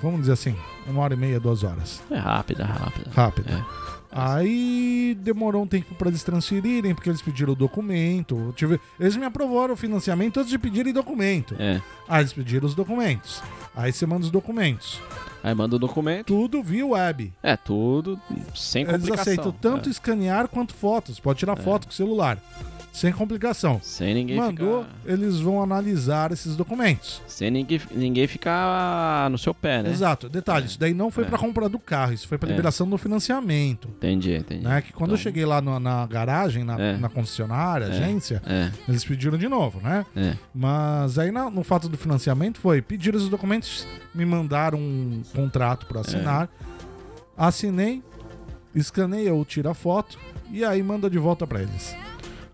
[SPEAKER 3] vamos dizer assim, uma hora e meia, duas horas.
[SPEAKER 2] É rápida, rápida.
[SPEAKER 3] Rápido.
[SPEAKER 2] É.
[SPEAKER 3] Aí demorou um tempo pra eles transferirem, porque eles pediram o documento. eu tive- Eles me aprovaram o financiamento antes de pedirem documento.
[SPEAKER 2] É.
[SPEAKER 3] Aí eles pediram os documentos. Aí você manda os documentos.
[SPEAKER 2] Aí manda o documento.
[SPEAKER 3] Tudo via web.
[SPEAKER 2] É, tudo sem
[SPEAKER 3] Eles
[SPEAKER 2] complicação.
[SPEAKER 3] aceitam tanto
[SPEAKER 2] É.
[SPEAKER 3] escanear quanto fotos. Pode tirar foto com o celular. Sem complicação.
[SPEAKER 2] Sem ninguém
[SPEAKER 3] mandou,
[SPEAKER 2] ficar...
[SPEAKER 3] eles vão analisar esses documentos.
[SPEAKER 2] Sem ninguém, ninguém ficar no seu pé, né?
[SPEAKER 3] Exato. Detalhe, isso daí não foi pra compra do carro, isso foi pra
[SPEAKER 2] É.
[SPEAKER 3] liberação do financiamento.
[SPEAKER 2] Entendi, entendi.
[SPEAKER 3] Né? Que quando eu
[SPEAKER 2] Então,
[SPEAKER 3] cheguei lá na, na garagem, na,
[SPEAKER 2] É.
[SPEAKER 3] na concessionária, agência,
[SPEAKER 2] É,
[SPEAKER 3] eles pediram de novo, né?
[SPEAKER 2] é.
[SPEAKER 3] Mas aí na- no fato do financiamento foi, pediram os documentos, me mandaram um contrato pra assinar,
[SPEAKER 2] É.
[SPEAKER 3] assinei, escaneia ou tira a foto e aí manda de volta pra eles.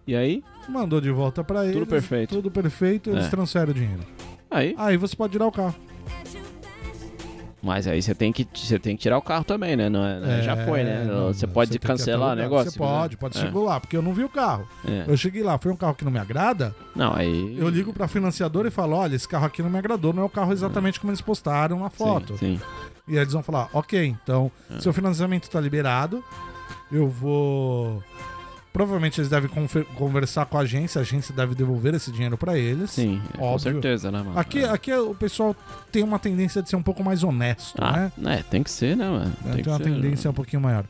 [SPEAKER 2] E aí?
[SPEAKER 3] Mandou de volta pra eles.
[SPEAKER 2] perfeito.
[SPEAKER 3] Tudo perfeito, eles
[SPEAKER 2] É.
[SPEAKER 3] transferem o dinheiro.
[SPEAKER 2] Aí.
[SPEAKER 3] Aí você pode tirar o carro.
[SPEAKER 2] Mas aí você tem que, você tem que tirar o carro também, né? Não é, não é- já foi, né?
[SPEAKER 3] não,
[SPEAKER 2] você pode
[SPEAKER 3] tem que
[SPEAKER 2] cancelar o
[SPEAKER 3] até alugar.
[SPEAKER 2] negócio.
[SPEAKER 3] Você pode, pode
[SPEAKER 2] né?
[SPEAKER 3] circular, porque eu não vi o carro.
[SPEAKER 2] É.
[SPEAKER 3] Eu cheguei lá, foi um carro que não me agrada,
[SPEAKER 2] Não, aí...
[SPEAKER 3] eu ligo pra financiadora e falo, olha, esse carro aqui não me agradou, não é o carro exatamente como eles postaram na foto.
[SPEAKER 2] Sim, É. sim.
[SPEAKER 3] E aí eles vão falar, ok, então, seu financiamento tá liberado, eu vou... Provavelmente eles devem confer- conversar com a agência, a agência deve devolver esse dinheiro pra eles.
[SPEAKER 2] Sim, é, com
[SPEAKER 3] Óbvio.
[SPEAKER 2] certeza, né, mano?
[SPEAKER 3] Aqui,
[SPEAKER 2] É.
[SPEAKER 3] aqui o pessoal tem uma tendência de ser um pouco mais honesto,
[SPEAKER 2] Ah,
[SPEAKER 3] né?
[SPEAKER 2] é, tem que ser, né, mano?
[SPEAKER 3] Tem,
[SPEAKER 2] que
[SPEAKER 3] uma
[SPEAKER 2] ser, né?
[SPEAKER 3] tendência um pouquinho maior.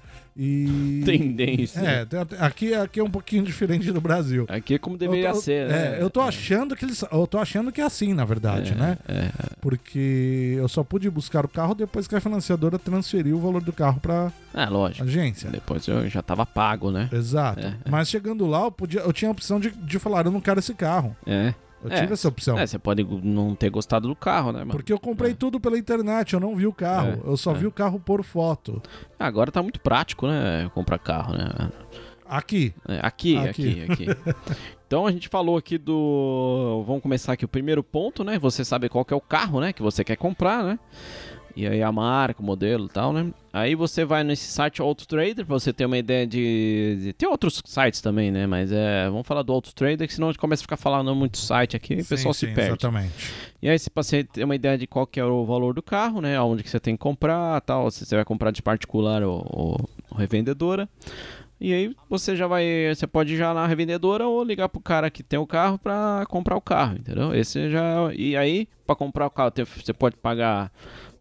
[SPEAKER 3] E...
[SPEAKER 2] Tendência.
[SPEAKER 3] É, tem- aqui, aqui é um pouquinho diferente do Brasil.
[SPEAKER 2] Aqui é como deveria
[SPEAKER 3] Eu tô-
[SPEAKER 2] ser, né?
[SPEAKER 3] É, eu tô achando que eles, eu tô achando que é assim, na verdade, né?
[SPEAKER 2] é.
[SPEAKER 3] Porque eu só pude buscar o carro depois que a financiadora transferiu o valor do carro pra
[SPEAKER 2] É, lógico.
[SPEAKER 3] agência.
[SPEAKER 2] Depois eu já tava pago, né?
[SPEAKER 3] Exato.
[SPEAKER 2] É,
[SPEAKER 3] Mas chegando lá, eu, podia, eu tinha a opção de, de falar, eu não quero esse carro.
[SPEAKER 2] É.
[SPEAKER 3] Eu
[SPEAKER 2] É.
[SPEAKER 3] tive essa opção.
[SPEAKER 2] É, você pode não ter gostado do carro, né, mano?
[SPEAKER 3] porque eu comprei tudo pela internet, eu não vi o carro.
[SPEAKER 2] É,
[SPEAKER 3] eu só
[SPEAKER 2] é.
[SPEAKER 3] vi o carro por foto.
[SPEAKER 2] Agora tá muito prático, né? Comprar carro, né?
[SPEAKER 3] Aqui.
[SPEAKER 2] É, Aqui, aqui,
[SPEAKER 3] Aqui.
[SPEAKER 2] aqui. Então a gente falou aqui do. Vamos começar aqui o primeiro ponto, né? Você saber qual que é o carro, né? Que você quer comprar, né? E aí a marca, o modelo e tal, né? Aí você vai nesse site AutoTrader, pra você ter uma ideia de, de- Tem outros sites também, né? Mas é. Vamos falar do AutoTrader, que senão a gente começa a ficar falando muito site aqui e o
[SPEAKER 3] Sim,
[SPEAKER 2] pessoal se
[SPEAKER 3] sim,
[SPEAKER 2] perde.
[SPEAKER 3] Exatamente.
[SPEAKER 2] E aí, se você ter uma ideia de qual que é o valor do carro, né? Onde que você tem que comprar tal, se você vai comprar de particular ou, ou- ou revendedora. E aí você já vai. Você pode ir já na revendedora ou ligar pro cara que tem o carro pra comprar o carro, entendeu? Esse já. E aí, pra comprar o carro, tem- você pode pagar.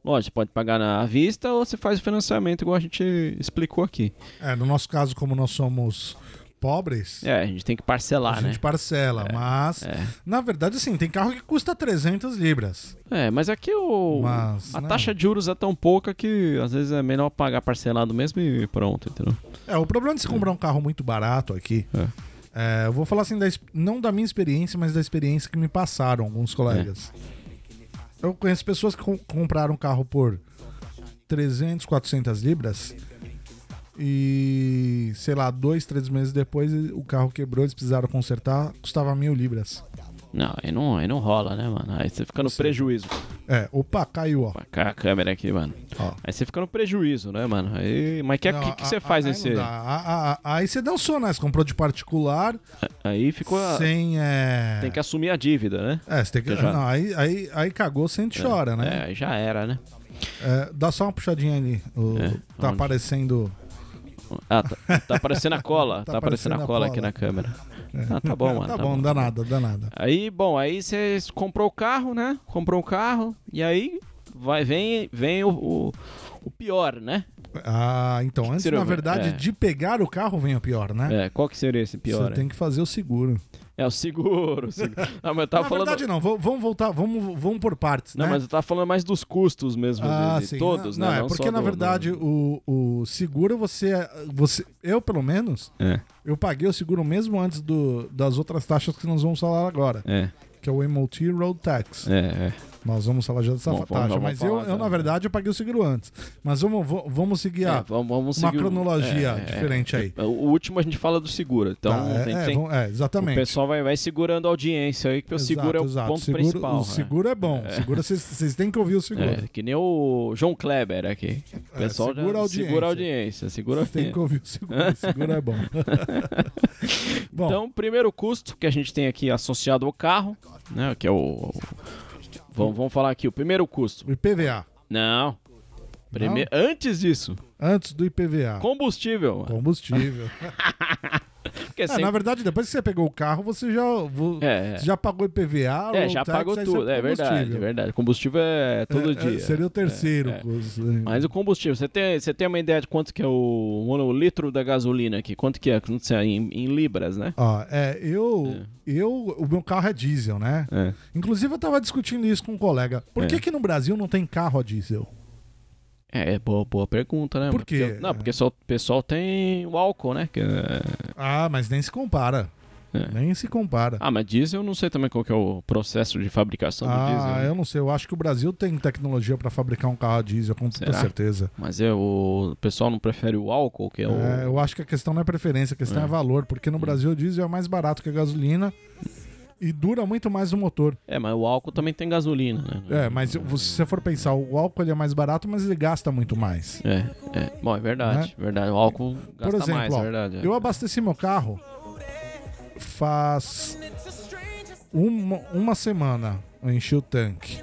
[SPEAKER 2] Lógico, você pode pagar na à vista ou você faz o financiamento, igual a gente explicou aqui.
[SPEAKER 3] É, no nosso caso, como nós somos pobres,
[SPEAKER 2] É, a gente tem que parcelar,
[SPEAKER 3] a gente
[SPEAKER 2] né?
[SPEAKER 3] parcela. mas, na verdade, assim, tem carro que custa 300 libras.
[SPEAKER 2] É, mas aqui o,
[SPEAKER 3] Mas,
[SPEAKER 2] a
[SPEAKER 3] né?
[SPEAKER 2] taxa de juros é tão pouca que às vezes é melhor pagar parcelado mesmo e pronto, entendeu?
[SPEAKER 3] É, o problema de se comprar um carro muito barato aqui. é, eu vou falar assim, da ex- não da minha experiência, mas da experiência que me passaram alguns colegas. Eu conheço pessoas que com- compraram um carro por 300, 400 libras e, sei lá, dois, três meses depois o carro quebrou, eles precisaram consertar, custava mil libras.
[SPEAKER 2] Não, aí não, aí não rola, né, mano? Aí você fica no prejuízo.
[SPEAKER 3] É, opa, caiu, ó.
[SPEAKER 2] Pra cá a câmera aqui, mano.
[SPEAKER 3] Ó.
[SPEAKER 2] Aí você fica no prejuízo, né, mano? Aí, mas que,
[SPEAKER 3] Não,
[SPEAKER 2] que, que
[SPEAKER 3] a-
[SPEAKER 2] você
[SPEAKER 3] a-
[SPEAKER 2] faz
[SPEAKER 3] aí
[SPEAKER 2] nesse.
[SPEAKER 3] não dá. A- a- a- Aí você dançou, né? Você comprou de particular,
[SPEAKER 2] Aí ficou. a-
[SPEAKER 3] sem. É...
[SPEAKER 2] Tem que assumir a dívida, né?
[SPEAKER 3] É, você tem que.
[SPEAKER 2] Você já-
[SPEAKER 3] Não, aí, aí, aí cagou, sente e chora, né?
[SPEAKER 2] É, aí já era, né?
[SPEAKER 3] É, dá só uma puxadinha ali. o-
[SPEAKER 2] É,
[SPEAKER 3] tá
[SPEAKER 2] onde?
[SPEAKER 3] aparecendo.
[SPEAKER 2] Ah, tá, tá aparecendo a cola. tá, aparecendo a cola aqui na câmera. Ah, tá bom, mano.
[SPEAKER 3] tá, bom, dá nada, dá nada.
[SPEAKER 2] Aí, bom, aí você comprou o carro, né? Comprou o carro. E aí vai, vem, vem o, o, o pior, né?
[SPEAKER 3] Ah, então, antes,
[SPEAKER 2] seria-
[SPEAKER 3] na verdade,
[SPEAKER 2] é.
[SPEAKER 3] de pegar o carro vem o pior, né?
[SPEAKER 2] É, qual que seria esse pior?
[SPEAKER 3] Você
[SPEAKER 2] aí?
[SPEAKER 3] tem que fazer o seguro.
[SPEAKER 2] É o seguro. o seguro. Não, mas eu tava
[SPEAKER 3] na
[SPEAKER 2] falando.
[SPEAKER 3] verdade, não. v- Vamos voltar, vamos, vamos por partes,
[SPEAKER 2] Não,
[SPEAKER 3] né?
[SPEAKER 2] mas eu tava falando mais dos custos mesmo, de-
[SPEAKER 3] Ah,
[SPEAKER 2] de
[SPEAKER 3] sim.
[SPEAKER 2] todos,
[SPEAKER 3] não,
[SPEAKER 2] né?
[SPEAKER 3] Não, é
[SPEAKER 2] só
[SPEAKER 3] porque, na
[SPEAKER 2] do- do-
[SPEAKER 3] verdade, O, o seguro você, é, você. Eu, pelo menos,
[SPEAKER 2] É,
[SPEAKER 3] eu paguei o seguro mesmo antes do, das outras taxas que nós vamos falar agora,
[SPEAKER 2] é,
[SPEAKER 3] que é o MOT Road Tax.
[SPEAKER 2] é, é.
[SPEAKER 3] Nós vamos falar já dessa
[SPEAKER 2] Bom, vamos-
[SPEAKER 3] taxa,
[SPEAKER 2] vamos
[SPEAKER 3] mas eu,
[SPEAKER 2] falar né?
[SPEAKER 3] eu,
[SPEAKER 2] já.
[SPEAKER 3] na verdade, eu paguei o seguro antes. Mas vamos, vo- vamos seguir a,
[SPEAKER 2] É, vamos, vamos
[SPEAKER 3] uma
[SPEAKER 2] seguir o-
[SPEAKER 3] cronologia
[SPEAKER 2] é, é.
[SPEAKER 3] diferente aí.
[SPEAKER 2] O último a gente fala do seguro, então
[SPEAKER 3] Tá, é,
[SPEAKER 2] tem,
[SPEAKER 3] é,
[SPEAKER 2] tem-
[SPEAKER 3] vamos- é,
[SPEAKER 2] o
[SPEAKER 3] exatamente.
[SPEAKER 2] pessoal vai, vai segurando a audiência aí, que o
[SPEAKER 3] Exato,
[SPEAKER 2] seguro é o
[SPEAKER 3] exato.
[SPEAKER 2] ponto
[SPEAKER 3] Seguro-
[SPEAKER 2] principal.
[SPEAKER 3] O
[SPEAKER 2] né?
[SPEAKER 3] seguro é bom. Seguro, vocês- vocês têm que ouvir o seguro.
[SPEAKER 2] É, que nem o João Kleber aqui. O pessoal já-
[SPEAKER 3] É, segura a audiência.
[SPEAKER 2] segura a audiência. Segura a
[SPEAKER 3] Vocês têm
[SPEAKER 2] audiência.
[SPEAKER 3] que ouvir o seguro. O seguro é bom. bom,
[SPEAKER 2] Então, primeiro custo que a gente tem aqui associado ao carro, né? Que é o. Vamos, vamos falar aqui, o primeiro custo.
[SPEAKER 3] o IPVA.
[SPEAKER 2] Não. Prime... Antes disso,
[SPEAKER 3] Antes do IPVA.
[SPEAKER 2] combustível. mano.
[SPEAKER 3] Combustível.
[SPEAKER 2] Porque
[SPEAKER 3] Ah. É,
[SPEAKER 2] sem-
[SPEAKER 3] na verdade, depois que você pegou o carro, você já, vo-
[SPEAKER 2] É, é.
[SPEAKER 3] você já pagou IPVA.
[SPEAKER 2] É,
[SPEAKER 3] road
[SPEAKER 2] já
[SPEAKER 3] tax,
[SPEAKER 2] pagou
[SPEAKER 3] aí você
[SPEAKER 2] tudo. É verdade, é
[SPEAKER 3] combustível.
[SPEAKER 2] verdade. Combustível é todo
[SPEAKER 3] É, é,
[SPEAKER 2] dia.
[SPEAKER 3] seria o terceiro. né? curso.
[SPEAKER 2] Mas o combustível, você tem, você tem uma ideia de quanto que é o, o litro da gasolina aqui? Quanto que é? Não sei, em, em libras, né?
[SPEAKER 3] Ó, é, eu, eu, o meu carro é diesel, né?
[SPEAKER 2] É.
[SPEAKER 3] Inclusive eu tava discutindo isso com um colega. Por
[SPEAKER 2] É.
[SPEAKER 3] que que no Brasil não tem carro a diesel?
[SPEAKER 2] É, boa, boa pergunta, né?
[SPEAKER 3] Por
[SPEAKER 2] mano? Porque-
[SPEAKER 3] quê?
[SPEAKER 2] não, porque só o pessoal tem o álcool, né? Que é-
[SPEAKER 3] Ah, mas nem se compara.
[SPEAKER 2] É.
[SPEAKER 3] Nem se compara.
[SPEAKER 2] Ah, mas diesel eu não sei também qual que é o processo de fabricação do diesel.
[SPEAKER 3] Ah,
[SPEAKER 2] né?
[SPEAKER 3] eu não sei. Eu acho que o Brasil tem tecnologia pra fabricar um carro a diesel, com toda
[SPEAKER 2] Será?
[SPEAKER 3] certeza.
[SPEAKER 2] Mas é, o pessoal não prefere o álcool, que é o... Hum.
[SPEAKER 3] É, eu acho que a questão não é preferência, a questão é, valor. Porque no Brasil o diesel é mais barato que a gasolina e dura muito mais o motor.
[SPEAKER 2] É, mas o álcool também tem gasolina, né?
[SPEAKER 3] É, mas se você for pensar, o álcool ele é mais barato, mas ele gasta muito mais.
[SPEAKER 2] É, é. Bom, é verdade, verdade. O álcool gasta
[SPEAKER 3] Né? Por exemplo,
[SPEAKER 2] mais,
[SPEAKER 3] ó,
[SPEAKER 2] é verdade. é.
[SPEAKER 3] eu abasteci meu carro faz uma, uma semana. Eu enchi o tanque.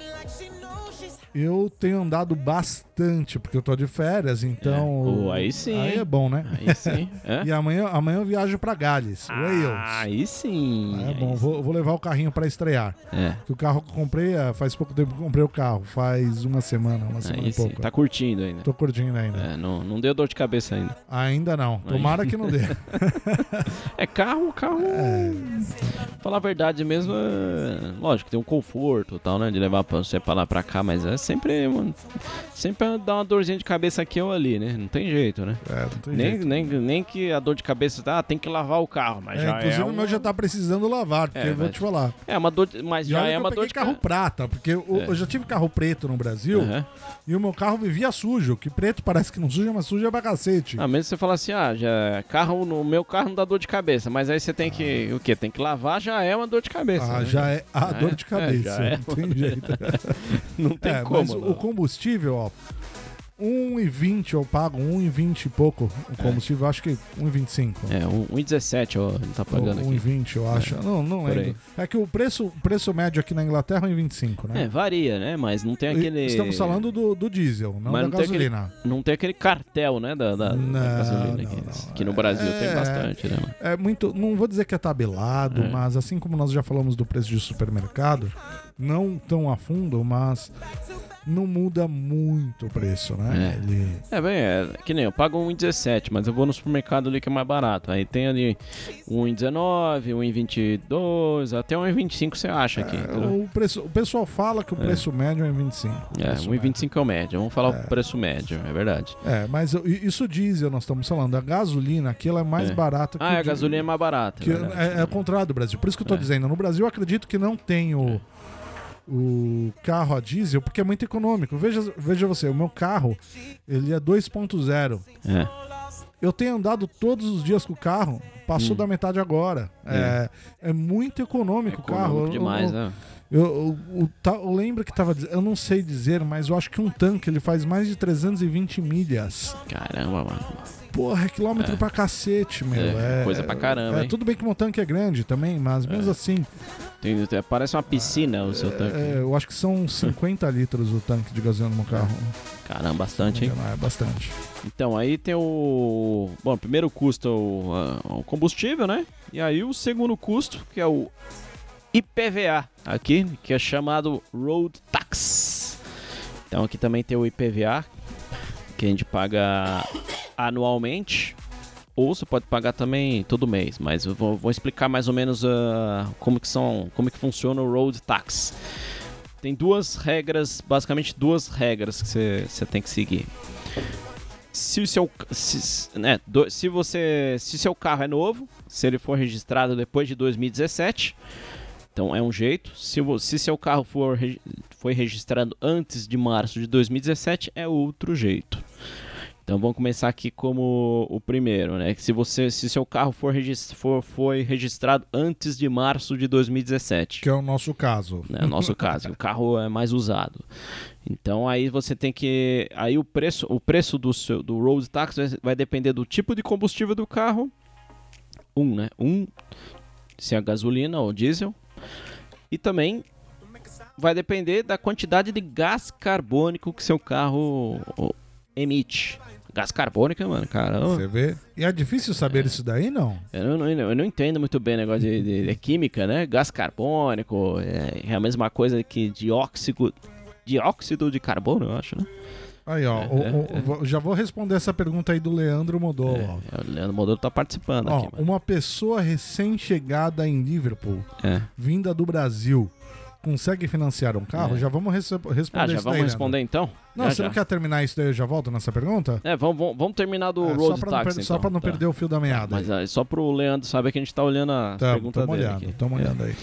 [SPEAKER 3] Eu tenho andado bastante, porque eu tô de férias, então.
[SPEAKER 2] Oh, aí sim,
[SPEAKER 3] Aí
[SPEAKER 2] hein?
[SPEAKER 3] é bom, né?
[SPEAKER 2] Aí sim. É?
[SPEAKER 3] E amanhã, amanhã eu viajo pra Gales,
[SPEAKER 2] Ah,
[SPEAKER 3] Wales.
[SPEAKER 2] Aí sim.
[SPEAKER 3] É
[SPEAKER 2] aí
[SPEAKER 3] bom,
[SPEAKER 2] sim.
[SPEAKER 3] vou, vou levar o carrinho pra estrear.
[SPEAKER 2] É,
[SPEAKER 3] Que o carro que eu comprei, é, faz pouco tempo que eu comprei o carro. Faz uma semana, uma semana
[SPEAKER 2] aí
[SPEAKER 3] e
[SPEAKER 2] sim.
[SPEAKER 3] um pouco.
[SPEAKER 2] Tá curtindo ainda.
[SPEAKER 3] Tô curtindo ainda.
[SPEAKER 2] É, não, não deu dor de cabeça ainda.
[SPEAKER 3] Ainda não. Tomara que não dê. É,
[SPEAKER 2] É carro, carro. Falar a verdade mesmo, é... lógico, tem um conforto e tal, né? De levar pra você pra lá pra cá, mas é sempre. mano, sempre dá uma dorzinha de cabeça aqui ou ali, né? Não tem jeito, né?
[SPEAKER 3] É, não tem
[SPEAKER 2] Nem,
[SPEAKER 3] jeito.
[SPEAKER 2] nem, nem que a dor de cabeça tá, ah, tem que lavar o carro, mas
[SPEAKER 3] É,
[SPEAKER 2] já
[SPEAKER 3] inclusive
[SPEAKER 2] é.
[SPEAKER 3] o
[SPEAKER 2] Um...
[SPEAKER 3] meu já tá precisando lavar, porque
[SPEAKER 2] É,
[SPEAKER 3] eu vou
[SPEAKER 2] mas-
[SPEAKER 3] te falar.
[SPEAKER 2] É uma dor, de- mas
[SPEAKER 3] E
[SPEAKER 2] já
[SPEAKER 3] olha
[SPEAKER 2] é
[SPEAKER 3] que
[SPEAKER 2] uma
[SPEAKER 3] eu
[SPEAKER 2] dor
[SPEAKER 3] peguei
[SPEAKER 2] de
[SPEAKER 3] carro
[SPEAKER 2] ca- É.
[SPEAKER 3] prata, porque eu, eu já tive carro preto no Brasil
[SPEAKER 2] Aham.
[SPEAKER 3] e o meu carro vivia sujo, que preto parece que não suja, mas suja é pra cacete.
[SPEAKER 2] Ah, mesmo você falar assim, ah, já carro, no meu carro não dá dor de cabeça, mas aí você tem que o quê? Tem que lavar, já já é uma dor de cabeça.
[SPEAKER 3] Ah,
[SPEAKER 2] né?
[SPEAKER 3] já é a
[SPEAKER 2] Já
[SPEAKER 3] dor
[SPEAKER 2] é?
[SPEAKER 3] de cabeça.
[SPEAKER 2] É, já é.
[SPEAKER 3] Não tem jeito.
[SPEAKER 2] Não tem
[SPEAKER 3] é, mas
[SPEAKER 2] como.
[SPEAKER 3] o-
[SPEAKER 2] não.
[SPEAKER 3] o combustível, ó. 1,20 eu pago, 1,20 e pouco o combustível, acho que 1,25.
[SPEAKER 2] É, um- 1,17 ó, ele tá pagando
[SPEAKER 3] Ou
[SPEAKER 2] aqui.
[SPEAKER 3] 1,20 eu acho. Não, não
[SPEAKER 2] por
[SPEAKER 3] lembro. É que o preço, o preço médio aqui na Inglaterra é 1,25, né?
[SPEAKER 2] É, varia, né? Mas não tem
[SPEAKER 3] E
[SPEAKER 2] aquele.
[SPEAKER 3] Estamos falando do, do diesel, não
[SPEAKER 2] Mas
[SPEAKER 3] da
[SPEAKER 2] não tem aquele-
[SPEAKER 3] gasolina.
[SPEAKER 2] Não tem aquele cartel, né? Da, da- da
[SPEAKER 3] Não,
[SPEAKER 2] gasolina.
[SPEAKER 3] não,
[SPEAKER 2] que,
[SPEAKER 3] não.
[SPEAKER 2] que no Brasil
[SPEAKER 3] É.
[SPEAKER 2] tem bastante, né? mano?
[SPEAKER 3] É muito. Não vou dizer que é tabelado,
[SPEAKER 2] É.
[SPEAKER 3] mas assim como nós já falamos do preço de supermercado, não tão a fundo, mas não muda muito o preço, né?
[SPEAKER 2] É.
[SPEAKER 3] Ele-
[SPEAKER 2] É, bem, é que nem eu pago 1,17, mas eu vou no supermercado ali que é mais barato. Aí tem ali 1,19, 1,22, até 1,25 você acha aqui.
[SPEAKER 3] é,
[SPEAKER 2] entendeu?
[SPEAKER 3] o, preço, o pessoal fala que o preço médio é 1,25.
[SPEAKER 2] É,
[SPEAKER 3] Preço
[SPEAKER 2] 1,25 é o médio. Vamos falar o preço médio, é verdade.
[SPEAKER 3] médio. É, mas eu- i- isso diesel, nós estamos falando. A gasolina aqui ela é mais
[SPEAKER 2] É.
[SPEAKER 3] barata que
[SPEAKER 2] Ah,
[SPEAKER 3] o
[SPEAKER 2] a
[SPEAKER 3] di-
[SPEAKER 2] gasolina é mais barata.
[SPEAKER 3] que
[SPEAKER 2] é
[SPEAKER 3] é,
[SPEAKER 2] verdade.
[SPEAKER 3] é ao contrário do Brasil. Por isso que eu tô
[SPEAKER 2] É.
[SPEAKER 3] dizendo, no Brasil eu acredito que não tem o, o carro a diesel, porque é muito econômico. Veja, veja você, o meu carro, ele é 2.0. né?
[SPEAKER 2] É.
[SPEAKER 3] Eu tenho andado todos os dias com o carro,
[SPEAKER 2] Hum.
[SPEAKER 3] passou da metade agora. É, é muito econômico o carro.
[SPEAKER 2] Econômico
[SPEAKER 3] Eu-
[SPEAKER 2] demais,
[SPEAKER 3] eu,
[SPEAKER 2] né?
[SPEAKER 3] eu, eu- eu ta- eu lembro que tava. diz- Eu não sei dizer, mas eu acho que um tanque ele faz mais de 320 milhas.
[SPEAKER 2] Caramba, mano.
[SPEAKER 3] Porra, é quilômetro pra cacete, meu.
[SPEAKER 2] É,
[SPEAKER 3] É,
[SPEAKER 2] coisa pra caramba,
[SPEAKER 3] é,
[SPEAKER 2] hein? É.
[SPEAKER 3] Tudo bem que meu tanque é grande também, mas mesmo assim,
[SPEAKER 2] Tem, tem- parece uma piscina o seu tanque.
[SPEAKER 3] é, eu acho que são 50 litros o tanque de gasolina no carro.
[SPEAKER 2] Caramba, bastante, hein?
[SPEAKER 3] É bastante.
[SPEAKER 2] Então, aí tem o. Bom, primeiro custo é o, a- o combustível, né? E aí o segundo custo, que é o IPVA, aqui, que é chamado Road Tax. Então, aqui também tem o IPVA, que a gente paga anualmente. Ou você pode pagar também todo mês, mas eu vou, vou explicar mais ou menos ah, como, que são, como que funciona o Road Tax. Tem duas regras, basicamente duas regras que você você tem que seguir se o seu se, né, do- se você se seu carro é novo, se ele for registrado depois de 2017, então é um jeito. Se, vo- se seu carro for regi- foi registrado antes de março de 2017, é outro jeito. Então vamos começar aqui como o primeiro, né? Que se você se seu carro for, regis- for foi registrado antes de março de 2017
[SPEAKER 3] Que é o nosso caso.
[SPEAKER 2] né? No nosso caso, o carro é mais usado. Então aí você tem que aí o preço, o preço do seu, do road tax vai- vai depender do tipo de combustível do carro. Um, né? Um se é gasolina ou diesel. E também vai depender da quantidade de gás carbônico que seu carro ó, emite. Gás carbônico, mano, caramba.
[SPEAKER 3] Você vê? E é difícil saber isso daí, não?
[SPEAKER 2] Eu não, eu não- eu não entendo muito bem o negócio de, de- de química, né? Gás carbônico, é, é a mesma coisa que dióxido, dióxido de carbono, eu acho, né?
[SPEAKER 3] Aí, ó, o- o- vo- já vou responder essa pergunta aí do Leandro Modolo. ó.
[SPEAKER 2] é, É, o Leandro Modoro tá participando
[SPEAKER 3] Ó,
[SPEAKER 2] aqui, mano.
[SPEAKER 3] uma pessoa recém-chegada em Liverpool,
[SPEAKER 2] É.
[SPEAKER 3] vinda do Brasil, consegue financiar um carro?
[SPEAKER 2] É.
[SPEAKER 3] Já vamos rece- responder
[SPEAKER 2] Ah, já vamos
[SPEAKER 3] isso daí, Leandro.
[SPEAKER 2] responder então?
[SPEAKER 3] Não,
[SPEAKER 2] Já,
[SPEAKER 3] você
[SPEAKER 2] já.
[SPEAKER 3] não quer terminar isso daí? Eu já volto nessa pergunta?
[SPEAKER 2] É, vamos, vamos, vamos terminar do
[SPEAKER 3] É, só
[SPEAKER 2] Road
[SPEAKER 3] pra não,
[SPEAKER 2] Tax,
[SPEAKER 3] per-
[SPEAKER 2] então.
[SPEAKER 3] só pra não
[SPEAKER 2] Tá.
[SPEAKER 3] perder o fio da meada.
[SPEAKER 2] Mas é, só pro Leandro saber que a gente tá olhando a
[SPEAKER 3] Tamo,
[SPEAKER 2] pergunta
[SPEAKER 3] tamo
[SPEAKER 2] dele
[SPEAKER 3] olhando,
[SPEAKER 2] aqui.
[SPEAKER 3] tamo
[SPEAKER 2] É.
[SPEAKER 3] olhando aí.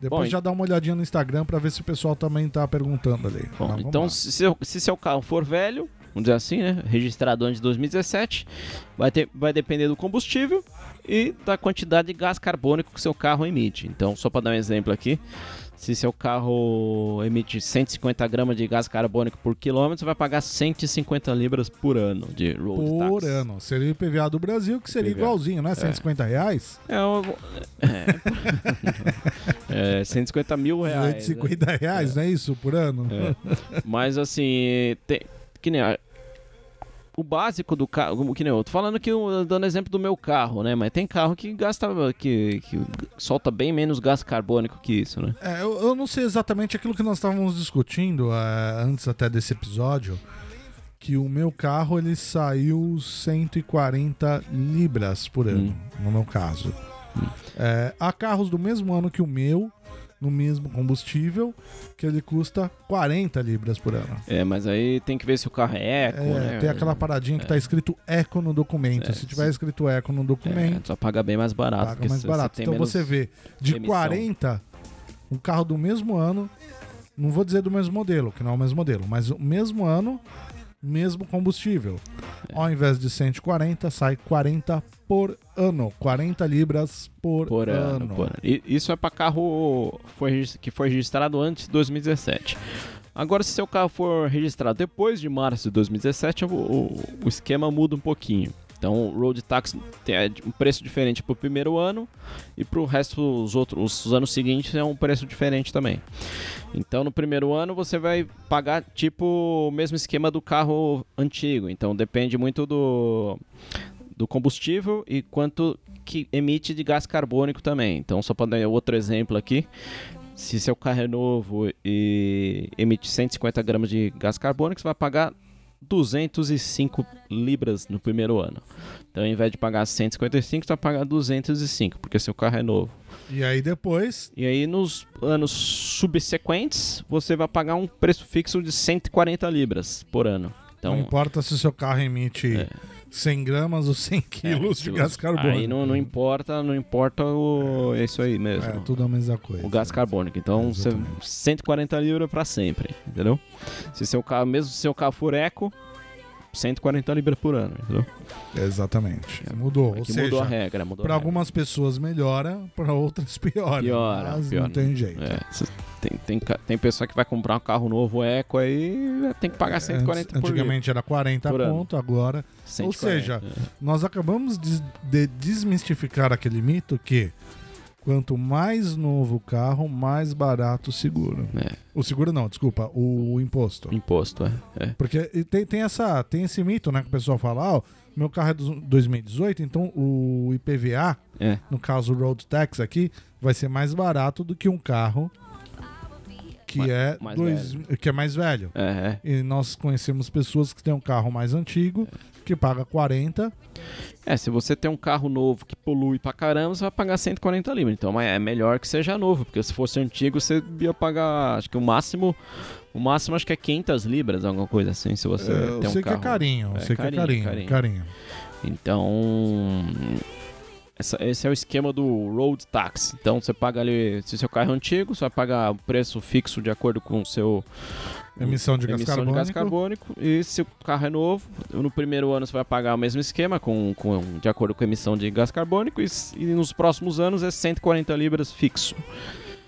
[SPEAKER 3] Depois
[SPEAKER 2] Bom,
[SPEAKER 3] já dá uma olhadinha no Instagram pra ver se o pessoal também tá perguntando ali. Mas
[SPEAKER 2] Bom,
[SPEAKER 3] vamos
[SPEAKER 2] então
[SPEAKER 3] lá.
[SPEAKER 2] se seu, se seu carro for velho, vamos dizer assim, né? Registrado antes de 2017, vai, ter, vai depender do combustível e da quantidade de gás carbônico que seu carro emite. Então, só para dar um exemplo aqui, se seu carro emite 150 gramas de gás carbônico por quilômetro, você vai pagar 150 libras por ano de road tax.
[SPEAKER 3] Por ano. Seria o IPVA do Brasil, que seria
[SPEAKER 2] IPVA.
[SPEAKER 3] igualzinho, né? 150 reais?
[SPEAKER 2] É, eu, é, é 150 mil reais. né?
[SPEAKER 3] 250 reais, não é isso? Por ano?
[SPEAKER 2] Mas assim, tem, que nem a- o básico do carro, que nem eu tô falando que eu- dando exemplo do meu carro, né? Mas tem carro que gasta que, que solta bem menos gás carbônico que isso, né?
[SPEAKER 3] É, eu, eu não sei exatamente aquilo que nós estávamos discutindo é, antes até desse episódio, que o meu carro ele saiu 140 libras por ano,
[SPEAKER 2] Hum.
[SPEAKER 3] no meu caso. É, há carros do mesmo ano que o meu, no mesmo combustível, que ele custa 40 libras por ano.
[SPEAKER 2] É, mas aí tem que ver se o carro é eco,
[SPEAKER 3] É,
[SPEAKER 2] né?
[SPEAKER 3] tem aquela paradinha que tá escrito eco no documento.
[SPEAKER 2] É,
[SPEAKER 3] Se tiver escrito eco no documento,
[SPEAKER 2] É, só paga bem mais barato.
[SPEAKER 3] paga
[SPEAKER 2] porque
[SPEAKER 3] mais
[SPEAKER 2] se
[SPEAKER 3] barato.
[SPEAKER 2] tem
[SPEAKER 3] Então
[SPEAKER 2] menos-
[SPEAKER 3] você vê, de
[SPEAKER 2] emissão.
[SPEAKER 3] 40, um carro do mesmo ano, não vou dizer do mesmo modelo, que não é o mesmo modelo, mas o mesmo ano, mesmo combustível.
[SPEAKER 2] É.
[SPEAKER 3] Ao invés de 140, sai 40 por ano. 40 libras por,
[SPEAKER 2] Por ano. por ano. E Isso é para carro foi regis- que foi registrado antes de 2017. Agora, se seu carro for registrado depois de março de 2017, o, o- o esquema muda um pouquinho. Então, o road tax tem é, um preço diferente para o primeiro ano e para o resto os outros os anos seguintes é um preço diferente também. Então, no primeiro ano você vai pagar tipo o mesmo esquema do carro antigo. Então, depende muito do do combustível e quanto que emite de gás carbônico também. Então, só para dar outro exemplo aqui, se seu carro é novo e emite 150 gramas de gás carbônico, você vai pagar 205 libras no primeiro ano. Então, ao invés de pagar 155, você vai pagar 205, porque seu carro é novo.
[SPEAKER 3] E aí depois,
[SPEAKER 2] E aí, nos anos subsequentes, você vai pagar um preço fixo de 140 libras por ano.
[SPEAKER 3] não
[SPEAKER 2] Então, é.
[SPEAKER 3] importa se o seu carro emite 100 gramas ou 100 quilos de gás carbônico.
[SPEAKER 2] tipo, Aí não, não importa, não importa o, é isso aí mesmo.
[SPEAKER 3] É, tudo a mesma coisa.
[SPEAKER 2] O gás carbônico.
[SPEAKER 3] É,
[SPEAKER 2] Então, você 140 libras pra sempre, entendeu? Se seu carro, mesmo se seu carro for eco, 140 libras por ano, entendeu?
[SPEAKER 3] Exatamente. Mudou.
[SPEAKER 2] É
[SPEAKER 3] Ou
[SPEAKER 2] que
[SPEAKER 3] seja,
[SPEAKER 2] mudou a regra, mudou
[SPEAKER 3] para
[SPEAKER 2] a regra.
[SPEAKER 3] algumas pessoas melhora, para outras piora.
[SPEAKER 2] Piora,
[SPEAKER 3] mas
[SPEAKER 2] piora.
[SPEAKER 3] não tem jeito.
[SPEAKER 2] É, cê- tem, tem, ca- tem pessoa que vai comprar um carro novo eco aí, tem que pagar 140
[SPEAKER 3] É, Antes-
[SPEAKER 2] por litro.
[SPEAKER 3] Antigamente era 40
[SPEAKER 2] Por ano.
[SPEAKER 3] ponto, agora.
[SPEAKER 2] 140,
[SPEAKER 3] Ou seja,
[SPEAKER 2] é.
[SPEAKER 3] nós acabamos de, de desmistificar aquele mito que quanto mais novo o carro, mais barato o seguro.
[SPEAKER 2] É.
[SPEAKER 3] O seguro não, desculpa, o imposto.
[SPEAKER 2] imposto, é. é.
[SPEAKER 3] Porque e tem, tem, essa, tem esse mito, né, que o pessoal fala, ó, meu carro é de 2018, então o IPVA,
[SPEAKER 2] É.
[SPEAKER 3] no caso o road tax aqui, vai ser mais barato do que um carro que
[SPEAKER 2] Ma-
[SPEAKER 3] é
[SPEAKER 2] mais
[SPEAKER 3] dois, que é mais velho.
[SPEAKER 2] É, é.
[SPEAKER 3] E nós conhecemos pessoas que têm um carro mais antigo, que paga 40,
[SPEAKER 2] É, se você tem um carro novo que polui pra caramba, você vai pagar 140 libras. Então mas é melhor que seja novo, porque se fosse antigo, você ia pagar, acho que o máximo, o máximo acho que é 500 libras, alguma coisa assim, se você
[SPEAKER 3] eu
[SPEAKER 2] tem um
[SPEAKER 3] sei
[SPEAKER 2] carro.
[SPEAKER 3] que é carinho, eu
[SPEAKER 2] É,
[SPEAKER 3] sei que é
[SPEAKER 2] carinho,
[SPEAKER 3] carinho, carinho.
[SPEAKER 2] carinho. Então, essa- esse é o esquema do road tax. Então você paga ali, se seu carro é antigo, você vai pagar o preço fixo de acordo com o seu
[SPEAKER 3] Emissão de gás
[SPEAKER 2] emissão de
[SPEAKER 3] carbônico.
[SPEAKER 2] gás carbônico. E se o carro é novo, no primeiro ano você vai pagar o mesmo esquema, com, com- de acordo com a emissão de gás carbônico, e, s- e nos próximos anos é 140 libras fixo.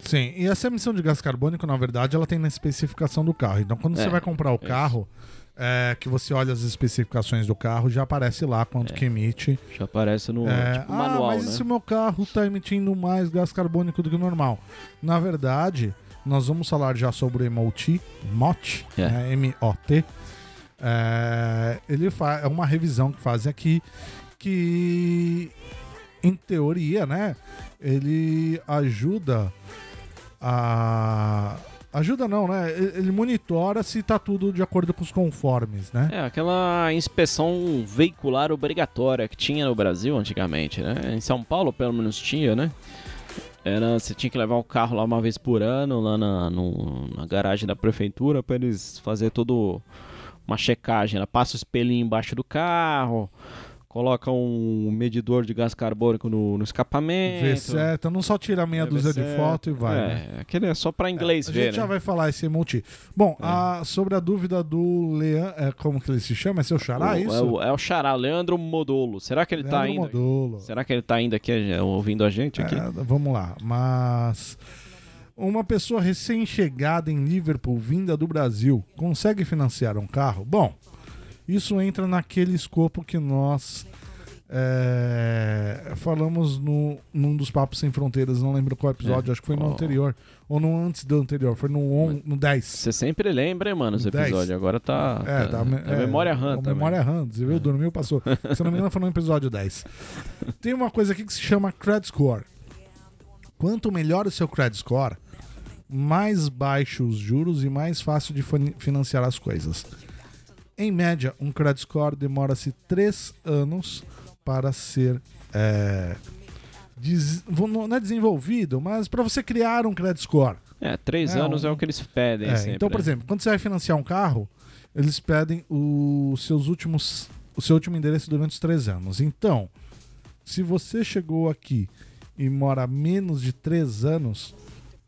[SPEAKER 3] Sim, e essa emissão de gás carbônico, na verdade, ela tem na especificação do carro. Então, quando
[SPEAKER 2] É,
[SPEAKER 3] você vai comprar o
[SPEAKER 2] isso.
[SPEAKER 3] carro, é, que você olha as especificações do carro, já aparece lá
[SPEAKER 2] É.
[SPEAKER 3] quanto que emite.
[SPEAKER 2] Já aparece no
[SPEAKER 3] É,
[SPEAKER 2] tipo,
[SPEAKER 3] ah,
[SPEAKER 2] manual,
[SPEAKER 3] mas
[SPEAKER 2] né?
[SPEAKER 3] e se o meu carro está emitindo mais gás carbônico do que o normal? Na verdade, nós vamos falar já sobre o MOT, MOT,
[SPEAKER 2] É.
[SPEAKER 3] né, M-O-T. É, ele fa- é uma revisão que fazem aqui que, em teoria, né, ele ajuda a... Ajuda não, né? Ele ele monitora se tá tudo de acordo com os conformes, né?
[SPEAKER 2] É, aquela inspeção veicular obrigatória que tinha no Brasil antigamente, né? Em São Paulo, pelo menos, tinha, né? Era, você tinha que levar o carro lá uma vez por ano, lá na, no- na garagem da prefeitura, pra eles fazer todo uma checagem. Ela passa o espelhinho embaixo do carro, coloca um medidor de gás carbônico no, no escapamento.
[SPEAKER 3] Vê certo, não só tira meia dúzia de foto e vai. né?
[SPEAKER 2] É, aquele é só pra inglês
[SPEAKER 3] A
[SPEAKER 2] ver,
[SPEAKER 3] gente já
[SPEAKER 2] né?
[SPEAKER 3] vai falar esse multi. Bom, a- sobre a dúvida do Leandro, é, como que ele se chama? É seu xará,
[SPEAKER 2] O-
[SPEAKER 3] isso?
[SPEAKER 2] É o, é o Xará, Leandro Modolo. Será que ele tá
[SPEAKER 3] Leandro
[SPEAKER 2] indo?
[SPEAKER 3] Modolo.
[SPEAKER 2] Será que ele tá ainda aqui eh, ouvindo a gente aqui?
[SPEAKER 3] É, vamos lá, mas... Uma pessoa recém-chegada em Liverpool, vinda do Brasil, consegue financiar um carro? Bom, isso entra naquele escopo que nós é, falamos no, num dos Papos Sem Fronteiras, não lembro qual episódio, acho que foi no
[SPEAKER 2] É. ó.
[SPEAKER 3] anterior, ou no antes do anterior, foi no, on, no 10.
[SPEAKER 2] Você sempre lembra, hein, mano, esse
[SPEAKER 3] Dez.
[SPEAKER 2] episódio. Agora tá.
[SPEAKER 3] É,
[SPEAKER 2] tá,
[SPEAKER 3] da, me-
[SPEAKER 2] tá
[SPEAKER 3] é,
[SPEAKER 2] memória
[SPEAKER 3] da
[SPEAKER 2] RAM também. É.
[SPEAKER 3] Memória RAM, você viu? Dormiu, passou. Se não me engano, foi no episódio 10. Tem uma coisa aqui que se chama Credit Score. Quanto melhor o seu Credit Score, mais baixos os juros e mais fácil de fin- financiar as coisas. Em média, um Credit Score demora-se 3 anos para ser. é, des- vou- não é desenvolvido, mas para você criar um Credit Score.
[SPEAKER 2] É, três
[SPEAKER 3] É,
[SPEAKER 2] anos
[SPEAKER 3] um-
[SPEAKER 2] é o que eles pedem
[SPEAKER 3] É,
[SPEAKER 2] sempre.
[SPEAKER 3] então, por
[SPEAKER 2] né?
[SPEAKER 3] exemplo, quando você vai financiar um carro, eles pedem os seus últimos, o seu último endereço durante os três anos. Então, se você chegou aqui e mora há menos de três anos,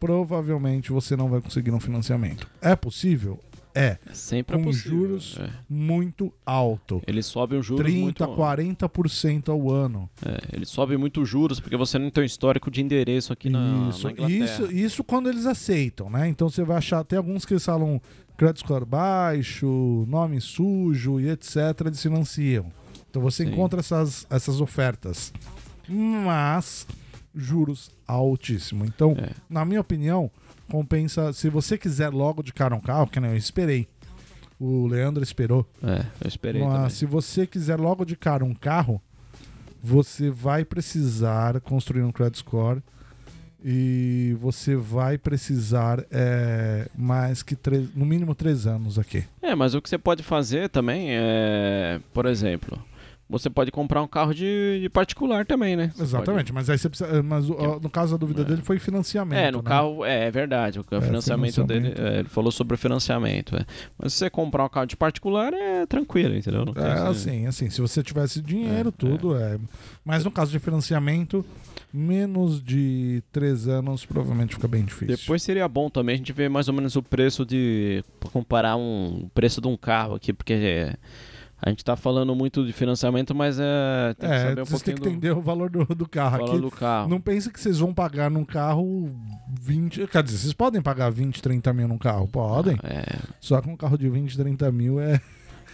[SPEAKER 3] provavelmente você não vai conseguir um financiamento. É possível? É,
[SPEAKER 2] Sempre é
[SPEAKER 3] com
[SPEAKER 2] possível.
[SPEAKER 3] juros
[SPEAKER 2] é.
[SPEAKER 3] muito alto.
[SPEAKER 2] Eles sobem os juros
[SPEAKER 3] 30,
[SPEAKER 2] muito...
[SPEAKER 3] 40% ao ano.
[SPEAKER 2] É, eles sobem muito os juros porque você não tem um histórico de endereço aqui na,
[SPEAKER 3] isso,
[SPEAKER 2] na Inglaterra.
[SPEAKER 3] isso, isso quando eles aceitam, né? Então você vai achar até alguns que falam crédito score baixo, nome sujo e etc. Eles financiam. Então você
[SPEAKER 2] Sim.
[SPEAKER 3] encontra essas, essas ofertas. Mas juros altíssimo. Então,
[SPEAKER 2] É.
[SPEAKER 3] na minha opinião, compensa. Se você quiser logo de cara um carro, que nem eu esperei. O Leandro esperou.
[SPEAKER 2] É, eu esperei
[SPEAKER 3] Mas
[SPEAKER 2] também.
[SPEAKER 3] se você quiser logo de cara um carro, você vai precisar construir um credit score e você vai precisar é, mais que três, no mínimo três anos aqui.
[SPEAKER 2] É, mas o que você pode fazer também é, por exemplo, você pode comprar um carro de, de particular também, né? Você
[SPEAKER 3] Exatamente, mas aí você precisa. é, Mas o- ó, no caso da dúvida dele foi financiamento.
[SPEAKER 2] pode- É, no
[SPEAKER 3] né?
[SPEAKER 2] carro, é, é verdade. O financiamento, dele,
[SPEAKER 3] financiamento.
[SPEAKER 2] é, ele falou sobre o financiamento. é. Mas se você comprar um carro de particular, é tranquilo, entendeu? Não tem
[SPEAKER 3] É
[SPEAKER 2] esse-
[SPEAKER 3] assim, assim, se você tivesse dinheiro, tudo é. Mas no caso de financiamento, menos de três anos provavelmente fica bem difícil.
[SPEAKER 2] Depois seria bom também a gente ver mais ou menos o preço de. pra comparar um o preço de um carro aqui, porque é, a gente tá falando muito de financiamento, mas é, tem que
[SPEAKER 3] é,
[SPEAKER 2] saber um
[SPEAKER 3] vocês têm
[SPEAKER 2] pouquinho
[SPEAKER 3] que
[SPEAKER 2] do-
[SPEAKER 3] entender o valor do, do carro
[SPEAKER 2] valor
[SPEAKER 3] aqui.
[SPEAKER 2] do carro.
[SPEAKER 3] Não pense que vocês vão pagar num carro 20. Quer dizer, vocês podem pagar 20, 30 mil num carro? Podem.
[SPEAKER 2] É,
[SPEAKER 3] Só que um carro de 20, 30 mil é,
[SPEAKER 2] é,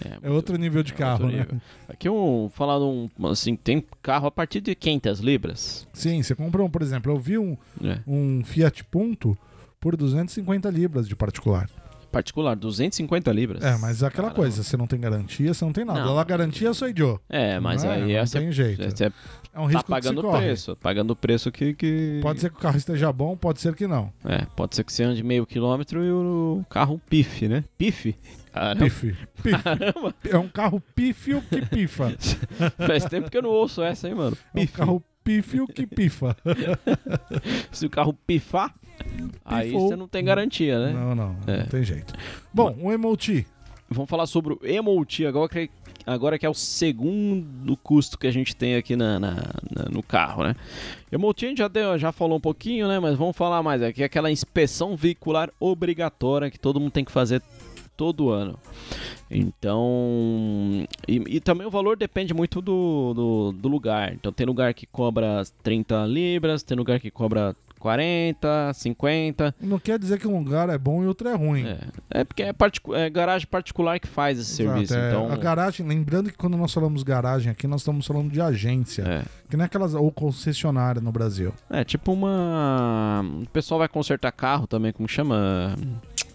[SPEAKER 3] é
[SPEAKER 2] muito-
[SPEAKER 3] outro nível de
[SPEAKER 2] é
[SPEAKER 3] carro,
[SPEAKER 2] outro
[SPEAKER 3] né?
[SPEAKER 2] nível. Aqui um falar um assim, tem carro a partir de 500 libras.
[SPEAKER 3] Sim, você compra um, por exemplo, eu vi um,
[SPEAKER 2] né?
[SPEAKER 3] um Fiat Punto por 250 libras de particular.
[SPEAKER 2] Particular, 250 libras.
[SPEAKER 3] É, mas é aquela
[SPEAKER 2] Caramba.
[SPEAKER 3] coisa, você não tem garantia, você não tem nada.
[SPEAKER 2] Não.
[SPEAKER 3] Lá garantia sou idiota.
[SPEAKER 2] É, mas
[SPEAKER 3] Não é,
[SPEAKER 2] aí
[SPEAKER 3] não
[SPEAKER 2] essa
[SPEAKER 3] tem jeito.
[SPEAKER 2] Você
[SPEAKER 3] É um
[SPEAKER 2] tá
[SPEAKER 3] risco
[SPEAKER 2] pagando
[SPEAKER 3] que se
[SPEAKER 2] o
[SPEAKER 3] corre.
[SPEAKER 2] preço, pagando o preço que, que...
[SPEAKER 3] Pode ser que o carro esteja bom, pode ser que não.
[SPEAKER 2] É, pode ser que você ande meio quilômetro e o carro pife, né? Pife? Caramba,
[SPEAKER 3] Pife. Pife.
[SPEAKER 2] um caramba.
[SPEAKER 3] É um carro pífio que pifa.
[SPEAKER 2] faz tempo que eu não ouço essa, hein, mano?
[SPEAKER 3] É um
[SPEAKER 2] Pife.
[SPEAKER 3] carro pífio que pifa.
[SPEAKER 2] Se o carro pifar, aí
[SPEAKER 3] Pifou.
[SPEAKER 2] você não tem garantia, né?
[SPEAKER 3] Não, não,
[SPEAKER 2] É.
[SPEAKER 3] não tem jeito. Bom, o emoji.
[SPEAKER 2] Vamos falar sobre o Emote agora que, agora que é o segundo custo que a gente tem aqui na, na- na- no carro, né? Emote a gente já, deu- já falou um pouquinho, né? Mas vamos falar mais aqui. Aquela inspeção veicular obrigatória que todo mundo tem que fazer todo ano. Então. E, e também o valor depende muito do, do, do lugar. Então tem lugar que cobra 30 libras, tem lugar que cobra 40, 50.
[SPEAKER 3] Não quer dizer que um lugar é bom e outro é ruim.
[SPEAKER 2] É, é porque é, particu- é garagem particular que faz esse
[SPEAKER 3] Exato,
[SPEAKER 2] serviço.
[SPEAKER 3] é,
[SPEAKER 2] então,
[SPEAKER 3] A garagem, lembrando que quando nós falamos garagem aqui, nós estamos falando de agência.
[SPEAKER 2] É.
[SPEAKER 3] Que nem aquelas. Ou concessionária no Brasil.
[SPEAKER 2] É, tipo uma. O pessoal vai consertar carro também, como chama?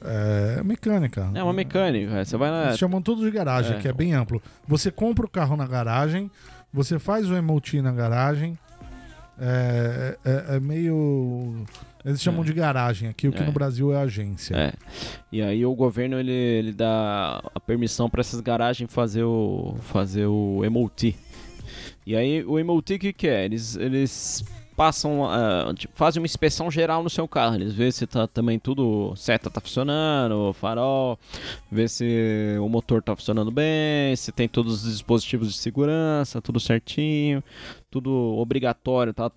[SPEAKER 3] É mecânica.
[SPEAKER 2] É uma mecânica. é, Você vai na.
[SPEAKER 3] Eles chamam tudo de garagem,
[SPEAKER 2] É.
[SPEAKER 3] que é bem amplo. Você compra o carro na garagem, você faz o emote na garagem. É, é- é meio. Eles chamam
[SPEAKER 2] É.
[SPEAKER 3] de garagem aqui, o que
[SPEAKER 2] É.
[SPEAKER 3] no Brasil é agência.
[SPEAKER 2] É. E aí o governo ele, ele dá a permissão para essas garagens fazer o fazer o MOT. E aí o MOT o que que é? Eles eles passam ah, tipo, fazem uma inspeção geral no seu carro, eles vê se tá também tudo seta tá funcionando, o farol, vê se o motor tá funcionando bem, se tem todos os dispositivos de segurança, tudo certinho, tudo obrigatório, tá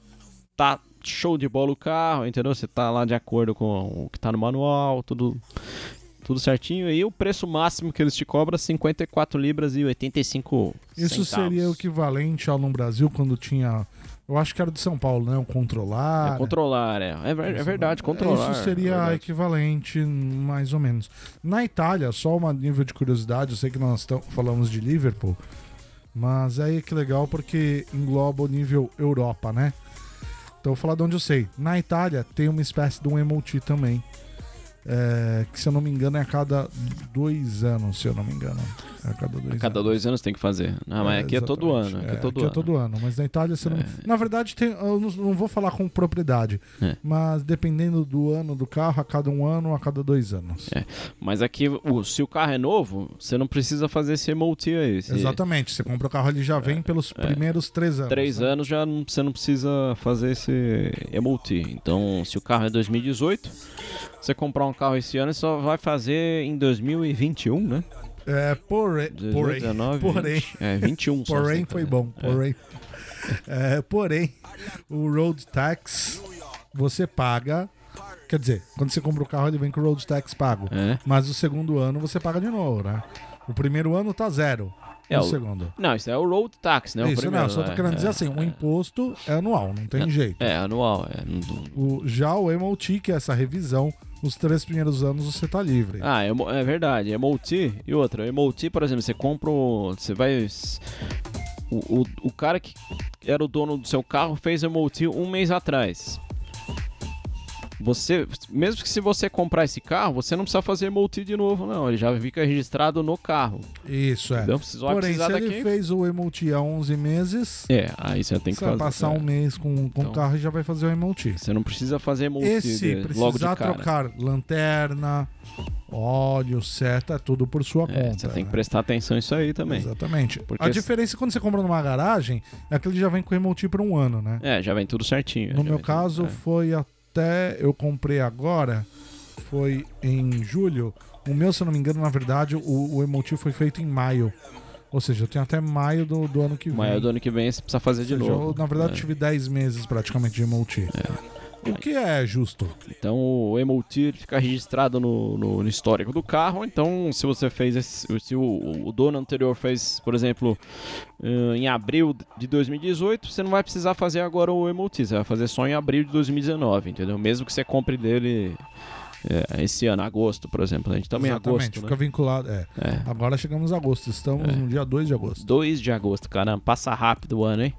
[SPEAKER 2] tá show de bola o carro, entendeu? Você tá lá de acordo com o que tá no manual, tudo tudo certinho. E o preço máximo que eles te cobram é 54 libras e 85
[SPEAKER 3] Isso
[SPEAKER 2] centavos.
[SPEAKER 3] seria o equivalente ao no Brasil quando tinha. Eu acho que era de São Paulo, né? O controlar.
[SPEAKER 2] É controlar, é. É, ver- é verdade, controlar.
[SPEAKER 3] Isso
[SPEAKER 2] é
[SPEAKER 3] seria
[SPEAKER 2] verdade.
[SPEAKER 3] equivalente, mais ou menos. Na Itália, só um nível de curiosidade, eu sei que nós tam- falamos de Liverpool, mas aí é que legal porque engloba o nível Europa, né? Então eu vou falar de onde eu sei. Na Itália tem uma espécie de um MOT também. é, que se eu não me engano é a cada dois anos, se eu não me engano. É a cada dois
[SPEAKER 2] A cada
[SPEAKER 3] anos.
[SPEAKER 2] dois anos tem que fazer. Ah, mas aqui é todo
[SPEAKER 3] exatamente.
[SPEAKER 2] ano. Aqui é, todo
[SPEAKER 3] aqui
[SPEAKER 2] ano.
[SPEAKER 3] é todo ano, mas na Itália você não. Na verdade, tem- eu não, não vou falar com propriedade,
[SPEAKER 2] É.
[SPEAKER 3] mas dependendo do ano do carro, a cada um ano, a cada dois anos.
[SPEAKER 2] É. Mas aqui, o- se o carro é novo, você não precisa fazer esse multi aí. Se É,
[SPEAKER 3] Exatamente, você compra o carro, ele já vem pelos primeiros três anos.
[SPEAKER 2] Três
[SPEAKER 3] né?
[SPEAKER 2] anos já não- você não precisa fazer esse multi. Então, se o carro é 2018, você comprar um carro esse ano, você só vai fazer em 2021, né?
[SPEAKER 3] É, porém,
[SPEAKER 2] 18,
[SPEAKER 3] porém,
[SPEAKER 2] 19,
[SPEAKER 3] porém,
[SPEAKER 2] 20. É, 21. só você
[SPEAKER 3] porém
[SPEAKER 2] tem que
[SPEAKER 3] foi
[SPEAKER 2] fazer.
[SPEAKER 3] bom, porém. É, porém, o road tax você paga, Quer dizer, quando você compra o carro, ele vem com o road tax pago.
[SPEAKER 2] É.
[SPEAKER 3] Mas o segundo ano você paga de novo, né? O primeiro ano tá zero.
[SPEAKER 2] É,
[SPEAKER 3] o
[SPEAKER 2] o-
[SPEAKER 3] segundo.
[SPEAKER 2] Não, isso é o road tax, né? o
[SPEAKER 3] Isso,
[SPEAKER 2] primeiro,
[SPEAKER 3] não, só tô
[SPEAKER 2] é,
[SPEAKER 3] querendo dizer
[SPEAKER 2] é,
[SPEAKER 3] assim, o imposto é anual, não tem jeito.
[SPEAKER 2] É, anual. É. não-
[SPEAKER 3] O, já o MOT, que é essa revisão, os três primeiros anos você tá livre.
[SPEAKER 2] Ah, é, mo- é verdade. É multi e outra. É multi, por exemplo, você compra. o- Você vai. O, o, o cara que era o dono do seu carro fez a multi um mês atrás. Você, mesmo que se você comprar esse carro, você não precisa fazer multi de novo, não. Ele já fica registrado no carro.
[SPEAKER 3] Isso, é.
[SPEAKER 2] Então precisou
[SPEAKER 3] Porém,
[SPEAKER 2] precisar
[SPEAKER 3] se ele
[SPEAKER 2] daqui.
[SPEAKER 3] fez o MOT há 11 meses,
[SPEAKER 2] É, aí você tem que
[SPEAKER 3] você vai
[SPEAKER 2] fazer.
[SPEAKER 3] passar
[SPEAKER 2] é.
[SPEAKER 3] um mês com, com
[SPEAKER 2] Então-
[SPEAKER 3] o carro e já vai fazer o MOT.
[SPEAKER 2] Você não precisa fazer multi
[SPEAKER 3] E se
[SPEAKER 2] de- logo de
[SPEAKER 3] precisar
[SPEAKER 2] cara.
[SPEAKER 3] trocar lanterna, óleo, seta, é tudo por sua
[SPEAKER 2] É,
[SPEAKER 3] conta.
[SPEAKER 2] você tem que
[SPEAKER 3] né?
[SPEAKER 2] prestar atenção nisso aí também.
[SPEAKER 3] Exatamente.
[SPEAKER 2] Porque
[SPEAKER 3] a
[SPEAKER 2] se-
[SPEAKER 3] diferença é quando você compra numa garagem é que ele já vem com o MOT por um ano, né?
[SPEAKER 2] É, já vem tudo certinho. já
[SPEAKER 3] No
[SPEAKER 2] vem
[SPEAKER 3] meu
[SPEAKER 2] tudo-
[SPEAKER 3] caso,
[SPEAKER 2] é.
[SPEAKER 3] foi até. Eu comprei agora, foi em julho. O meu, se eu não me engano, na verdade, o, o emotivo foi feito em maio. Ou seja, eu tenho até maio do, do ano que vem.
[SPEAKER 2] Mas do ano que vem você precisa fazer de
[SPEAKER 3] Ou seja,
[SPEAKER 2] novo.
[SPEAKER 3] eu, na verdade,
[SPEAKER 2] né?
[SPEAKER 3] tive 10 meses praticamente de emotivo. O que é justo?
[SPEAKER 2] Então o emotir fica registrado no, no- no histórico do carro. Então, se você fez esse, se o, o dono anterior fez, por exemplo, eh, em abril de 2018, você não vai precisar fazer agora o emotir, você vai fazer só em abril de 2019, entendeu? Mesmo que você compre dele eh, esse ano, agosto, por exemplo. A gente também em
[SPEAKER 3] Exatamente,
[SPEAKER 2] agosto.
[SPEAKER 3] fica
[SPEAKER 2] Né?
[SPEAKER 3] vinculado. É.
[SPEAKER 2] É.
[SPEAKER 3] Agora chegamos a agosto, estamos no dia 2 de agosto.
[SPEAKER 2] 2 né? de agosto, caramba, passa rápido o ano, hein?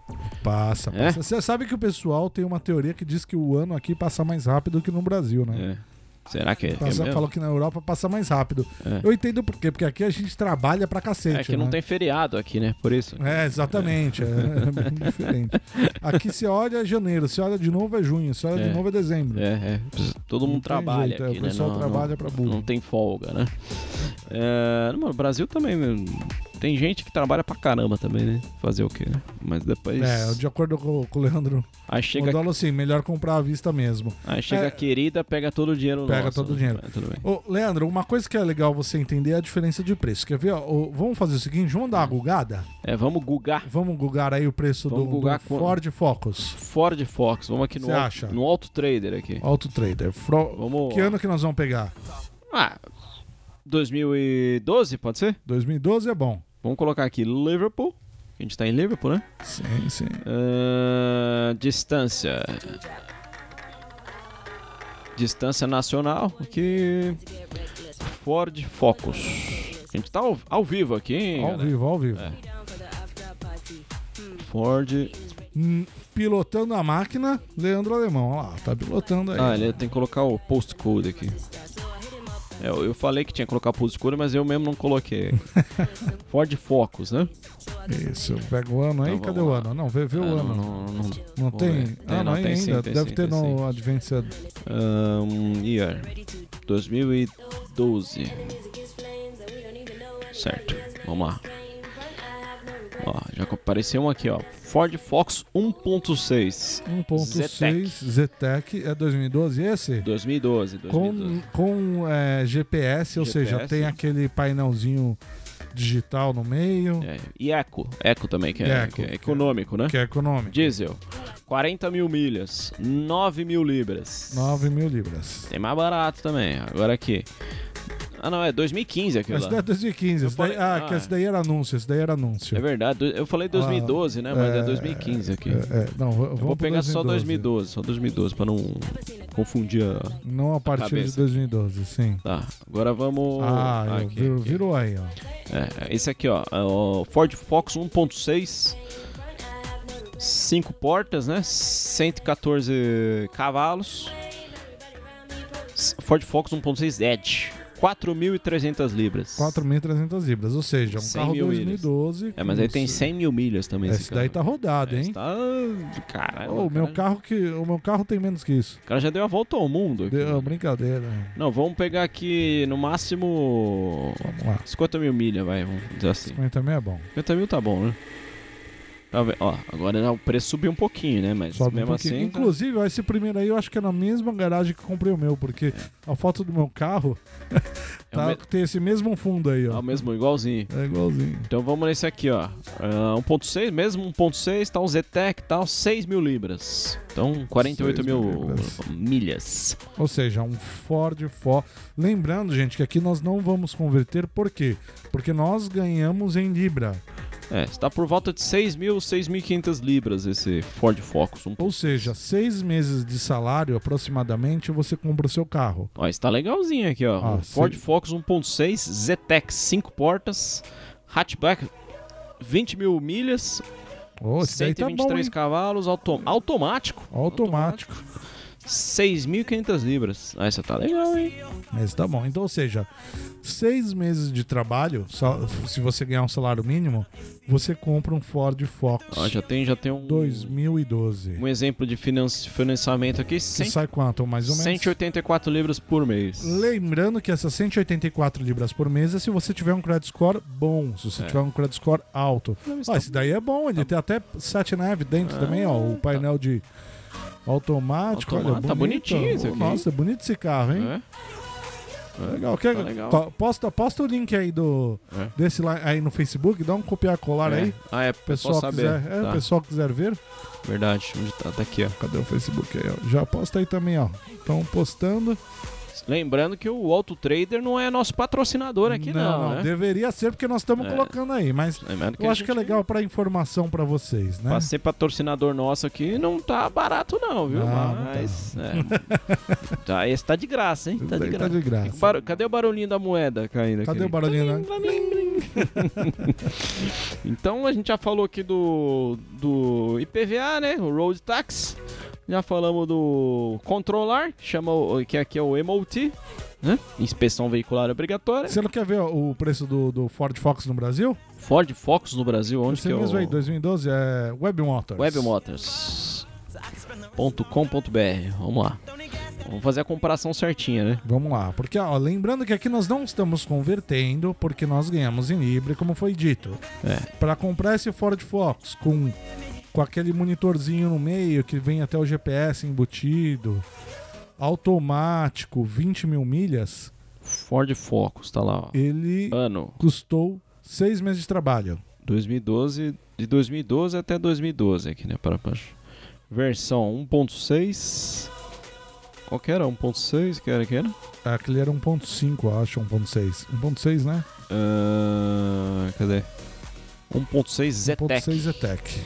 [SPEAKER 3] Passa,
[SPEAKER 2] É?
[SPEAKER 3] passa. Você sabe que o pessoal tem uma teoria que diz que o ano aqui passa mais rápido que no Brasil, né?
[SPEAKER 2] É. Será que é?
[SPEAKER 3] Passa-
[SPEAKER 2] é mesmo?
[SPEAKER 3] falou que na Europa passa mais rápido.
[SPEAKER 2] É.
[SPEAKER 3] Eu entendo por quê, porque aqui a gente trabalha pra cacete.
[SPEAKER 2] É que não
[SPEAKER 3] né?
[SPEAKER 2] tem feriado aqui, né? Por isso.
[SPEAKER 3] É, exatamente. É, é bem diferente. Aqui se olha é janeiro, se olha de novo é junho, se olha
[SPEAKER 2] É.
[SPEAKER 3] de novo é dezembro.
[SPEAKER 2] É, é. Todo
[SPEAKER 3] Não
[SPEAKER 2] mundo
[SPEAKER 3] tem
[SPEAKER 2] trabalha
[SPEAKER 3] jeito, é,
[SPEAKER 2] aqui,
[SPEAKER 3] o
[SPEAKER 2] né?
[SPEAKER 3] pessoal trabalha pra burro.
[SPEAKER 2] Não tem folga, né? É, não, mano, o Brasil também, meu, tem gente que trabalha pra caramba também, né? Fazer o quê, né? Mas depois...
[SPEAKER 3] É, de acordo com, com o Leandro
[SPEAKER 2] Aí chega,
[SPEAKER 3] Mondolo, assim, melhor comprar à vista mesmo.
[SPEAKER 2] aí chega
[SPEAKER 3] é-
[SPEAKER 2] a querida, pega todo o dinheiro
[SPEAKER 3] Pega
[SPEAKER 2] nosso,
[SPEAKER 3] todo o
[SPEAKER 2] né?
[SPEAKER 3] dinheiro.
[SPEAKER 2] É, tudo bem.
[SPEAKER 3] Ô, Leandro, uma coisa que é legal você entender é a diferença de preço. Quer ver? ó? Ô, vamos fazer o seguinte, vamos dar uma gugada?
[SPEAKER 2] É, vamos gugar
[SPEAKER 3] Vamos gugar aí o preço do,
[SPEAKER 2] Vamos gugar
[SPEAKER 3] do
[SPEAKER 2] quanto?
[SPEAKER 3] Ford Focus.
[SPEAKER 2] Ford Fox. Vamos aqui no,
[SPEAKER 3] Cê
[SPEAKER 2] Auto-
[SPEAKER 3] acha?
[SPEAKER 2] no Auto Trader aqui.
[SPEAKER 3] Auto Trader. Fro-
[SPEAKER 2] Vamos...
[SPEAKER 3] Que ano que nós vamos pegar?
[SPEAKER 2] Ah, 2012, pode ser?
[SPEAKER 3] 2012 é bom.
[SPEAKER 2] Vamos colocar aqui Liverpool. A gente tá em Liverpool, né?
[SPEAKER 3] Sim, sim.
[SPEAKER 2] Ah, distância. Distância nacional aqui. Ford Focus. A gente tá ao, ao vivo aqui, hein?
[SPEAKER 3] Ao
[SPEAKER 2] galera?
[SPEAKER 3] vivo, ao vivo.
[SPEAKER 2] É. Ford.
[SPEAKER 3] Hum, Pilotando a máquina, Leandro Alemão. Olha lá, tá pilotando aí.
[SPEAKER 2] Ah, ele tem que colocar o postcode aqui. É, eu eu falei que tinha que colocar postcode, mas eu mesmo não coloquei. Ford Focus, né?
[SPEAKER 3] Isso, pega o ano aí.
[SPEAKER 2] Então,
[SPEAKER 3] Cadê
[SPEAKER 2] vamos
[SPEAKER 3] o
[SPEAKER 2] lá.
[SPEAKER 3] ano? Não, vê, vê
[SPEAKER 2] Ah,
[SPEAKER 3] o
[SPEAKER 2] não,
[SPEAKER 3] ano. Não,
[SPEAKER 2] não- não- vamos
[SPEAKER 3] tem?
[SPEAKER 2] ver.
[SPEAKER 3] Ah,
[SPEAKER 2] Tem,
[SPEAKER 3] não,
[SPEAKER 2] não, tem
[SPEAKER 3] ainda.
[SPEAKER 2] sim, tem
[SPEAKER 3] Deve
[SPEAKER 2] sim,
[SPEAKER 3] ter
[SPEAKER 2] tem
[SPEAKER 3] no
[SPEAKER 2] sim.
[SPEAKER 3] Advência.
[SPEAKER 2] Um, year 2012. Certo, vamos lá. Ó, já apareceu um aqui, ó. Ford Fox 1.6
[SPEAKER 3] 1.6 Zetec é 2012 esse?
[SPEAKER 2] 2012, 2012.
[SPEAKER 3] Com, com é, GPS, ou
[SPEAKER 2] GPS.
[SPEAKER 3] seja, tem aquele painelzinho digital no meio,
[SPEAKER 2] É, e Eco, Eco também, que é,
[SPEAKER 3] Eco,
[SPEAKER 2] que é
[SPEAKER 3] que é-
[SPEAKER 2] econômico, né?
[SPEAKER 3] que é econômico.
[SPEAKER 2] Diesel, 40 mil milhas, 9 mil libras.
[SPEAKER 3] 9 mil libras.
[SPEAKER 2] Tem mais barato também, agora aqui. Ah, não, é 2015 aquilo
[SPEAKER 3] Esse daí é
[SPEAKER 2] lá.
[SPEAKER 3] 2015.
[SPEAKER 2] Eu
[SPEAKER 3] Esse daí,
[SPEAKER 2] falei-
[SPEAKER 3] ah,
[SPEAKER 2] ah,
[SPEAKER 3] que
[SPEAKER 2] é.
[SPEAKER 3] esse daí era anúncio, esse daí era anúncio.
[SPEAKER 2] É verdade, do- eu falei 2012, né? Mas é 2015 aqui.
[SPEAKER 3] É, é, não,
[SPEAKER 2] Eu vou pegar só 2012, só 2012, pra não confundir a.
[SPEAKER 3] Não a partir
[SPEAKER 2] cabeça.
[SPEAKER 3] de 2012, sim.
[SPEAKER 2] Tá, agora vamos.
[SPEAKER 3] ah, eu-
[SPEAKER 2] aqui,
[SPEAKER 3] virou,
[SPEAKER 2] aqui.
[SPEAKER 3] virou aí, ó.
[SPEAKER 2] É, esse aqui, ó. é o Ford um Fox 1.6. 5 portas, né? 114 cavalos. S- Ford Fox 1.6 Edge. 4.300 libras.
[SPEAKER 3] 4.300 libras, ou seja, um
[SPEAKER 2] 100
[SPEAKER 3] carro
[SPEAKER 2] mil milhas.
[SPEAKER 3] 2012.
[SPEAKER 2] É, mas aí
[SPEAKER 3] com
[SPEAKER 2] tem 100 mil milhas também.
[SPEAKER 3] Esse daí tá
[SPEAKER 2] carro.
[SPEAKER 3] rodado,
[SPEAKER 2] Esse
[SPEAKER 3] hein?
[SPEAKER 2] tá. né? Caralho.
[SPEAKER 3] Ô, o
[SPEAKER 2] cara,
[SPEAKER 3] meu carro que o meu carro tem menos que isso.
[SPEAKER 2] O cara já deu a volta ao mundo. aqui. né?
[SPEAKER 3] Deu, brincadeira.
[SPEAKER 2] Não, vamos pegar aqui no máximo.
[SPEAKER 3] Vamos lá.
[SPEAKER 2] 50 mil milhas, vai, vamos dizer assim.
[SPEAKER 3] 50 mil é bom.
[SPEAKER 2] 50 mil tá bom, né? Tá ve- Ó, agora o preço subiu um pouquinho, né? Mas
[SPEAKER 3] Sobe um
[SPEAKER 2] mesmo
[SPEAKER 3] pouquinho.
[SPEAKER 2] assim. tá-
[SPEAKER 3] Inclusive, ó, esse primeiro aí eu acho que é na mesma garagem que eu comprei o meu, porque a foto do meu carro
[SPEAKER 2] É o
[SPEAKER 3] tá-
[SPEAKER 2] me-
[SPEAKER 3] tem esse mesmo fundo aí,
[SPEAKER 2] Tá
[SPEAKER 3] ó.
[SPEAKER 2] o mesmo, igualzinho.
[SPEAKER 3] É igualzinho.
[SPEAKER 2] Então vamos nesse aqui, ó. Ah, 1.6, mesmo 1.6, tá um Zetec, tal, 6 mil libras. Então, 48
[SPEAKER 3] 6 mil
[SPEAKER 2] mil
[SPEAKER 3] libras.
[SPEAKER 2] milhas.
[SPEAKER 3] Ou seja, um Ford Fo. Lembrando, gente, que aqui nós não vamos converter, por quê? Porque nós ganhamos em Libra.
[SPEAKER 2] É, está por volta de 6 mil, 6.500 libras esse Ford Focus. Um...
[SPEAKER 3] Ou seja, seis meses de salário aproximadamente você compra o seu carro.
[SPEAKER 2] Ó, está legalzinho aqui, ó.
[SPEAKER 3] Ah,
[SPEAKER 2] Um Ford
[SPEAKER 3] sim.
[SPEAKER 2] Focus 1.6, Zetec 5 portas, hatchback 20 mil milhas,
[SPEAKER 3] Ô, esse daí tá bom,
[SPEAKER 2] 123
[SPEAKER 3] hein?
[SPEAKER 2] cavalos, auto- automático.
[SPEAKER 3] Automático.
[SPEAKER 2] 6.500 libras. Ah, isso tá legal, hein?
[SPEAKER 3] Mas tá bom. Então, ou seja, seis meses de trabalho, só- se você ganhar um salário mínimo, você compra um Ford Focus
[SPEAKER 2] Ó, já tem, já tem um,
[SPEAKER 3] 2012.
[SPEAKER 2] um exemplo de finance- financiamento aqui.
[SPEAKER 3] Que
[SPEAKER 2] cem-
[SPEAKER 3] sai quanto? Mais ou menos.
[SPEAKER 2] 184 libras por mês.
[SPEAKER 3] Lembrando que essas 184 libras por mês é se você tiver um credit score bom, se você
[SPEAKER 2] É.
[SPEAKER 3] tiver um credit score alto.
[SPEAKER 2] Não,
[SPEAKER 3] Ó,
[SPEAKER 2] está-
[SPEAKER 3] esse daí é bom,
[SPEAKER 2] Tá
[SPEAKER 3] ele tem até sat nav dentro também, ó, o painel de automático, olha,
[SPEAKER 2] Ah, Automático, tá
[SPEAKER 3] bonito.
[SPEAKER 2] bonitinho esse aqui.
[SPEAKER 3] Nossa, é bonito esse carro, hein?
[SPEAKER 2] É?
[SPEAKER 3] Legal. Quer,
[SPEAKER 2] Tá legal.
[SPEAKER 3] to- Posta, posta o link aí do
[SPEAKER 2] É.
[SPEAKER 3] desse lá aí no Facebook, dá um copiar colar
[SPEAKER 2] É.
[SPEAKER 3] aí.
[SPEAKER 2] Ah, é,
[SPEAKER 3] O pessoal
[SPEAKER 2] pessoal saber.
[SPEAKER 3] quiser, é, o
[SPEAKER 2] Tá,
[SPEAKER 3] pessoal quiser ver.
[SPEAKER 2] Verdade, onde tá? Tá aqui, ó.
[SPEAKER 3] Cadê o Facebook aí? ó? Já posta aí também, ó. Estão postando.
[SPEAKER 2] Lembrando que o Auto Trader não é nosso patrocinador aqui, não, né?
[SPEAKER 3] deveria ser porque nós estamos
[SPEAKER 2] É.
[SPEAKER 3] colocando aí, mas
[SPEAKER 2] Lembrando
[SPEAKER 3] eu
[SPEAKER 2] a
[SPEAKER 3] acho que é
[SPEAKER 2] gente-
[SPEAKER 3] legal para informação para vocês, né?
[SPEAKER 2] Pra ser patrocinador nosso aqui, não tá barato, não, viu?
[SPEAKER 3] Não, não tá.
[SPEAKER 2] Mas. é. tá, esse tá de graça, hein? Tá de
[SPEAKER 3] Tá
[SPEAKER 2] graça.
[SPEAKER 3] de graça.
[SPEAKER 2] Que barulho- Cadê o barulhinho da moeda caindo aqui?
[SPEAKER 3] Cadê o barulhinho, né?
[SPEAKER 2] Então a gente já falou aqui do, do IPVA, né? O Road Tax. Já falamos do Controlar, que, chama, o- que aqui é o MOT, né? Inspeção Veicular Obrigatória.
[SPEAKER 3] Você não quer ver ó, o preço do, do Ford Fox no Brasil?
[SPEAKER 2] Ford Focus no Brasil, onde
[SPEAKER 3] Você
[SPEAKER 2] que é
[SPEAKER 3] mesmo
[SPEAKER 2] o...
[SPEAKER 3] aí, 2012, é Web Motors.
[SPEAKER 2] webmotors.com.br. Vamos lá. Vamos fazer a comparação certinha, né?
[SPEAKER 3] Vamos lá, porque ó, lembrando que aqui nós não estamos convertendo, porque nós ganhamos em Libra, como foi dito.
[SPEAKER 2] É.
[SPEAKER 3] Para comprar esse Ford Fox com, com aquele monitorzinho no meio que vem até o GPS embutido, automático, 20 mil milhas,
[SPEAKER 2] Ford Focus, tá lá, ó.
[SPEAKER 3] ele
[SPEAKER 2] Ano
[SPEAKER 3] custou seis meses de trabalho.
[SPEAKER 2] 2012, de 2012 até 2012 aqui, né, para baixo. Versão 1.6. Qual que era? 1.6, que era que era?
[SPEAKER 3] Aquele era 1.5, eu acho, 1.6. 1.6, né?
[SPEAKER 2] Ah, cadê? 1.6 Zetec.
[SPEAKER 3] 1.6 Zetec.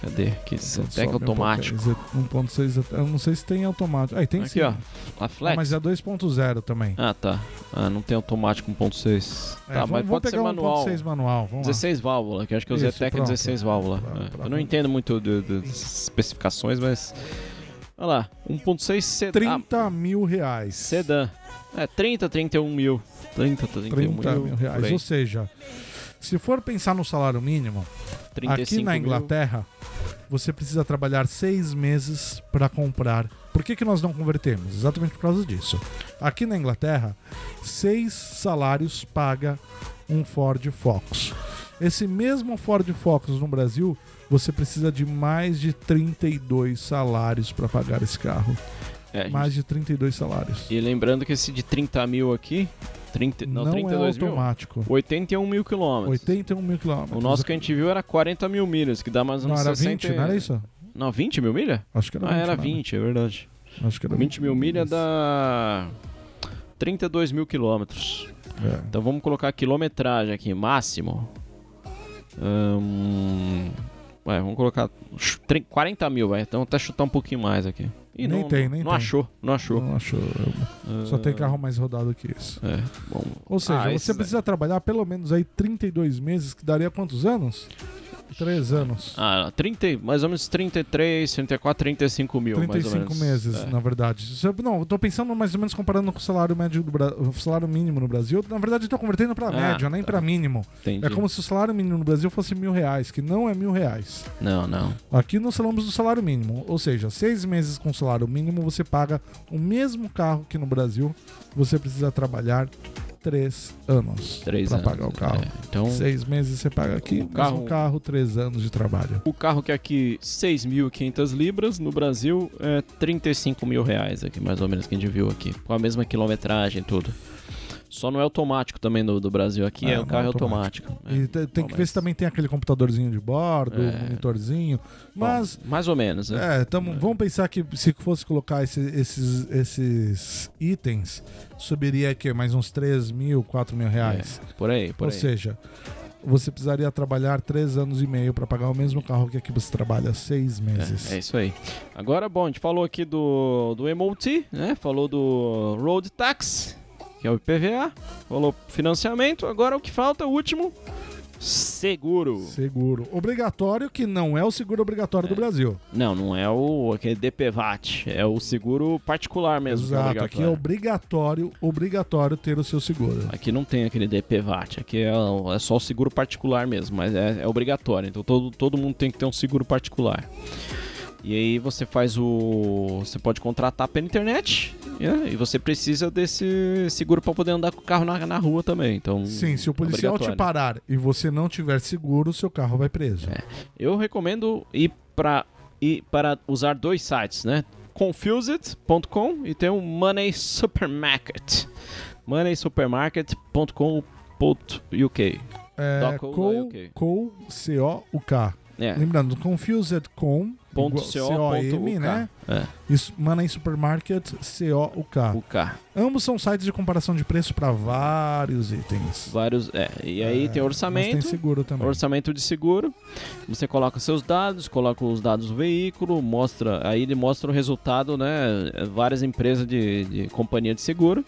[SPEAKER 2] Cadê? Que Zetec
[SPEAKER 3] Sobe um
[SPEAKER 2] automático.
[SPEAKER 3] pouquinho. 1.6 Zetec. Eu não sei se tem automático. Aí tem
[SPEAKER 2] aqui,
[SPEAKER 3] sim.
[SPEAKER 2] ó. A
[SPEAKER 3] Ah,
[SPEAKER 2] Flex.
[SPEAKER 3] mas é 2.0 também.
[SPEAKER 2] Ah, tá. Ah, não tem automático 1.6.
[SPEAKER 3] É,
[SPEAKER 2] tá,
[SPEAKER 3] vamos,
[SPEAKER 2] mas
[SPEAKER 3] vamos
[SPEAKER 2] pode
[SPEAKER 3] pegar
[SPEAKER 2] ser manual.
[SPEAKER 3] 1.6 manual. Vamos lá.
[SPEAKER 2] 16 válvulas, que eu acho que o
[SPEAKER 3] Isso,
[SPEAKER 2] Zetec é
[SPEAKER 3] pronto.
[SPEAKER 2] 16 válvulas.
[SPEAKER 3] Pra-
[SPEAKER 2] É,
[SPEAKER 3] pra-
[SPEAKER 2] Eu não entendo muito do- do- das especificações, mas. Olha lá, 1.6 sedã. Ah,
[SPEAKER 3] 30 mil reais.
[SPEAKER 2] Sedã. É, 30, 31 mil. 30, 31
[SPEAKER 3] 30 mil
[SPEAKER 2] por
[SPEAKER 3] reais.
[SPEAKER 2] aí.
[SPEAKER 3] Ou seja, se for pensar no salário mínimo,
[SPEAKER 2] 35
[SPEAKER 3] aqui na
[SPEAKER 2] mil.
[SPEAKER 3] Inglaterra, você precisa trabalhar seis meses para comprar. Por que, que nós não convertemos? Exatamente por causa disso. Aqui na Inglaterra, seis salários paga um Ford Focus. Esse mesmo Ford Focus no Brasil, você precisa de mais de 32 salários para pagar esse carro.
[SPEAKER 2] É, a gente-
[SPEAKER 3] Mais de 32 salários.
[SPEAKER 2] E lembrando que esse de 30 mil aqui. 30, não,
[SPEAKER 3] não
[SPEAKER 2] 32
[SPEAKER 3] é
[SPEAKER 2] mil.
[SPEAKER 3] automático.
[SPEAKER 2] 81 mil quilômetros.
[SPEAKER 3] 81 mil quilômetros.
[SPEAKER 2] O nosso que a gente viu era 40 mil milhas, que dá mais ou
[SPEAKER 3] Não,
[SPEAKER 2] menos
[SPEAKER 3] era
[SPEAKER 2] 60
[SPEAKER 3] 20, não era isso?
[SPEAKER 2] Não, 20 mil milha?
[SPEAKER 3] Acho que era 20.
[SPEAKER 2] ah, era
[SPEAKER 3] né?
[SPEAKER 2] 20, é verdade.
[SPEAKER 3] Acho que era
[SPEAKER 2] 20 mil milha
[SPEAKER 3] Isso.
[SPEAKER 2] dá 32 mil quilômetros.
[SPEAKER 3] É.
[SPEAKER 2] Então vamos colocar a quilometragem aqui, máximo. Ahn, vai, vamos colocar chu- tre- 40 mil, vai. Então até chutar um pouquinho mais aqui. Ih,
[SPEAKER 3] Nem
[SPEAKER 2] não,
[SPEAKER 3] tem,
[SPEAKER 2] não-
[SPEAKER 3] nem
[SPEAKER 2] Não
[SPEAKER 3] tem.
[SPEAKER 2] achou, não achou.
[SPEAKER 3] Não acho. eu- Só
[SPEAKER 2] Ah,
[SPEAKER 3] tem carro mais rodado que isso.
[SPEAKER 2] É, bom.
[SPEAKER 3] Ou seja,
[SPEAKER 2] Ah, esses
[SPEAKER 3] você
[SPEAKER 2] aí.
[SPEAKER 3] precisa trabalhar pelo menos aí 32 meses, que daria quantos anos? 3 anos.
[SPEAKER 2] Ah, 30, mais ou menos 33, 34, 35 mil, mais ou
[SPEAKER 3] 35
[SPEAKER 2] menos.
[SPEAKER 3] meses,
[SPEAKER 2] É.
[SPEAKER 3] na verdade. Se eu- Não, eu tô pensando mais ou menos comparando com o salário médio do Bra... o salário mínimo no Brasil. Na verdade, eu tô convertendo pra
[SPEAKER 2] Ah,
[SPEAKER 3] média, nem
[SPEAKER 2] tá.
[SPEAKER 3] pra mínimo.
[SPEAKER 2] Entendi.
[SPEAKER 3] É como se o salário mínimo no Brasil fosse mil reais, que não é mil reais.
[SPEAKER 2] Não, não.
[SPEAKER 3] Aqui nós falamos do salário mínimo, ou seja, seis meses com salário mínimo você paga o mesmo carro que no Brasil, você precisa trabalhar três anos
[SPEAKER 2] Três
[SPEAKER 3] pra
[SPEAKER 2] anos.
[SPEAKER 3] pagar o carro.
[SPEAKER 2] É, então,
[SPEAKER 3] Seis meses você paga
[SPEAKER 2] O
[SPEAKER 3] aqui, mas
[SPEAKER 2] carro-
[SPEAKER 3] um carro, três anos de trabalho.
[SPEAKER 2] o carro que é aqui 6.500 libras, no Brasil é 35 mil reais aqui, mais ou menos, que a gente viu aqui. Com a mesma quilometragem e tudo. Só não é automático também no, do Brasil aqui,
[SPEAKER 3] É,
[SPEAKER 2] é,
[SPEAKER 3] não
[SPEAKER 2] o
[SPEAKER 3] é
[SPEAKER 2] carro é
[SPEAKER 3] automático.
[SPEAKER 2] automático.
[SPEAKER 3] e te- tem
[SPEAKER 2] bom,
[SPEAKER 3] que ver
[SPEAKER 2] mas-
[SPEAKER 3] se também tem aquele computadorzinho de bordo,
[SPEAKER 2] É.
[SPEAKER 3] monitorzinho.
[SPEAKER 2] Bom,
[SPEAKER 3] Mas,
[SPEAKER 2] mais ou menos, né?
[SPEAKER 3] é, tamo, vamos pensar que se fosse colocar esse- esses, esses itens, subiria aqui mais uns 3 mil, 4 mil reais.
[SPEAKER 2] É, por aí, por
[SPEAKER 3] Ou
[SPEAKER 2] aí.
[SPEAKER 3] seja, você precisaria trabalhar três anos e meio para pagar o mesmo carro que aqui você trabalha seis meses.
[SPEAKER 2] É, é isso aí. Agora, bom, a gente falou aqui do, do MOT, né? Falou do Road Tax, que é o IPVA. Falou financiamento. Agora o que falta, o último, seguro.
[SPEAKER 3] Seguro. Obrigatório, que não é o seguro obrigatório do Brasil.
[SPEAKER 2] Não, não é o aquele DPVAT. É o seguro particular mesmo. que é
[SPEAKER 3] Exato. Aqui é
[SPEAKER 2] obrigatório.
[SPEAKER 3] obrigatório, obrigatório ter o seu seguro.
[SPEAKER 2] Aqui não tem aquele DPVAT, aqui é, é só o seguro particular mesmo, mas é, é obrigatório. Então todo, todo mundo tem que ter um seguro particular. E aí você faz o. Você pode contratar pela internet né? e você precisa desse seguro para poder andar com o carro na, na rua também. Então,
[SPEAKER 3] Sim, se o policial te
[SPEAKER 2] obrigatório. É.
[SPEAKER 3] parar e você não tiver seguro, seu carro vai preso.
[SPEAKER 2] Eu recomendo ir para ir para usar dois sites, né? Confused.com e tem o Money Supermarket. moneysupermarket.com.uk.
[SPEAKER 3] É,
[SPEAKER 2] Doco,
[SPEAKER 3] com,
[SPEAKER 2] ok.
[SPEAKER 3] com, C-O-U-K.
[SPEAKER 2] É.
[SPEAKER 3] Lembrando, confused com
[SPEAKER 2] Ponto É, CO,
[SPEAKER 3] igual- C-O-M,
[SPEAKER 2] ponto
[SPEAKER 3] né?
[SPEAKER 2] UK.
[SPEAKER 3] Isso, Money Supermarket, C-O-U-K.
[SPEAKER 2] O carro.
[SPEAKER 3] Ambos são sites de comparação de preço para vários itens.
[SPEAKER 2] Vários. É. E aí
[SPEAKER 3] É,
[SPEAKER 2] tem orçamento.
[SPEAKER 3] Mas tem seguro também.
[SPEAKER 2] Orçamento de seguro. Você coloca seus dados, coloca os dados do veículo, mostra. Aí ele mostra o resultado, né? Várias empresas de, de companhia de seguro.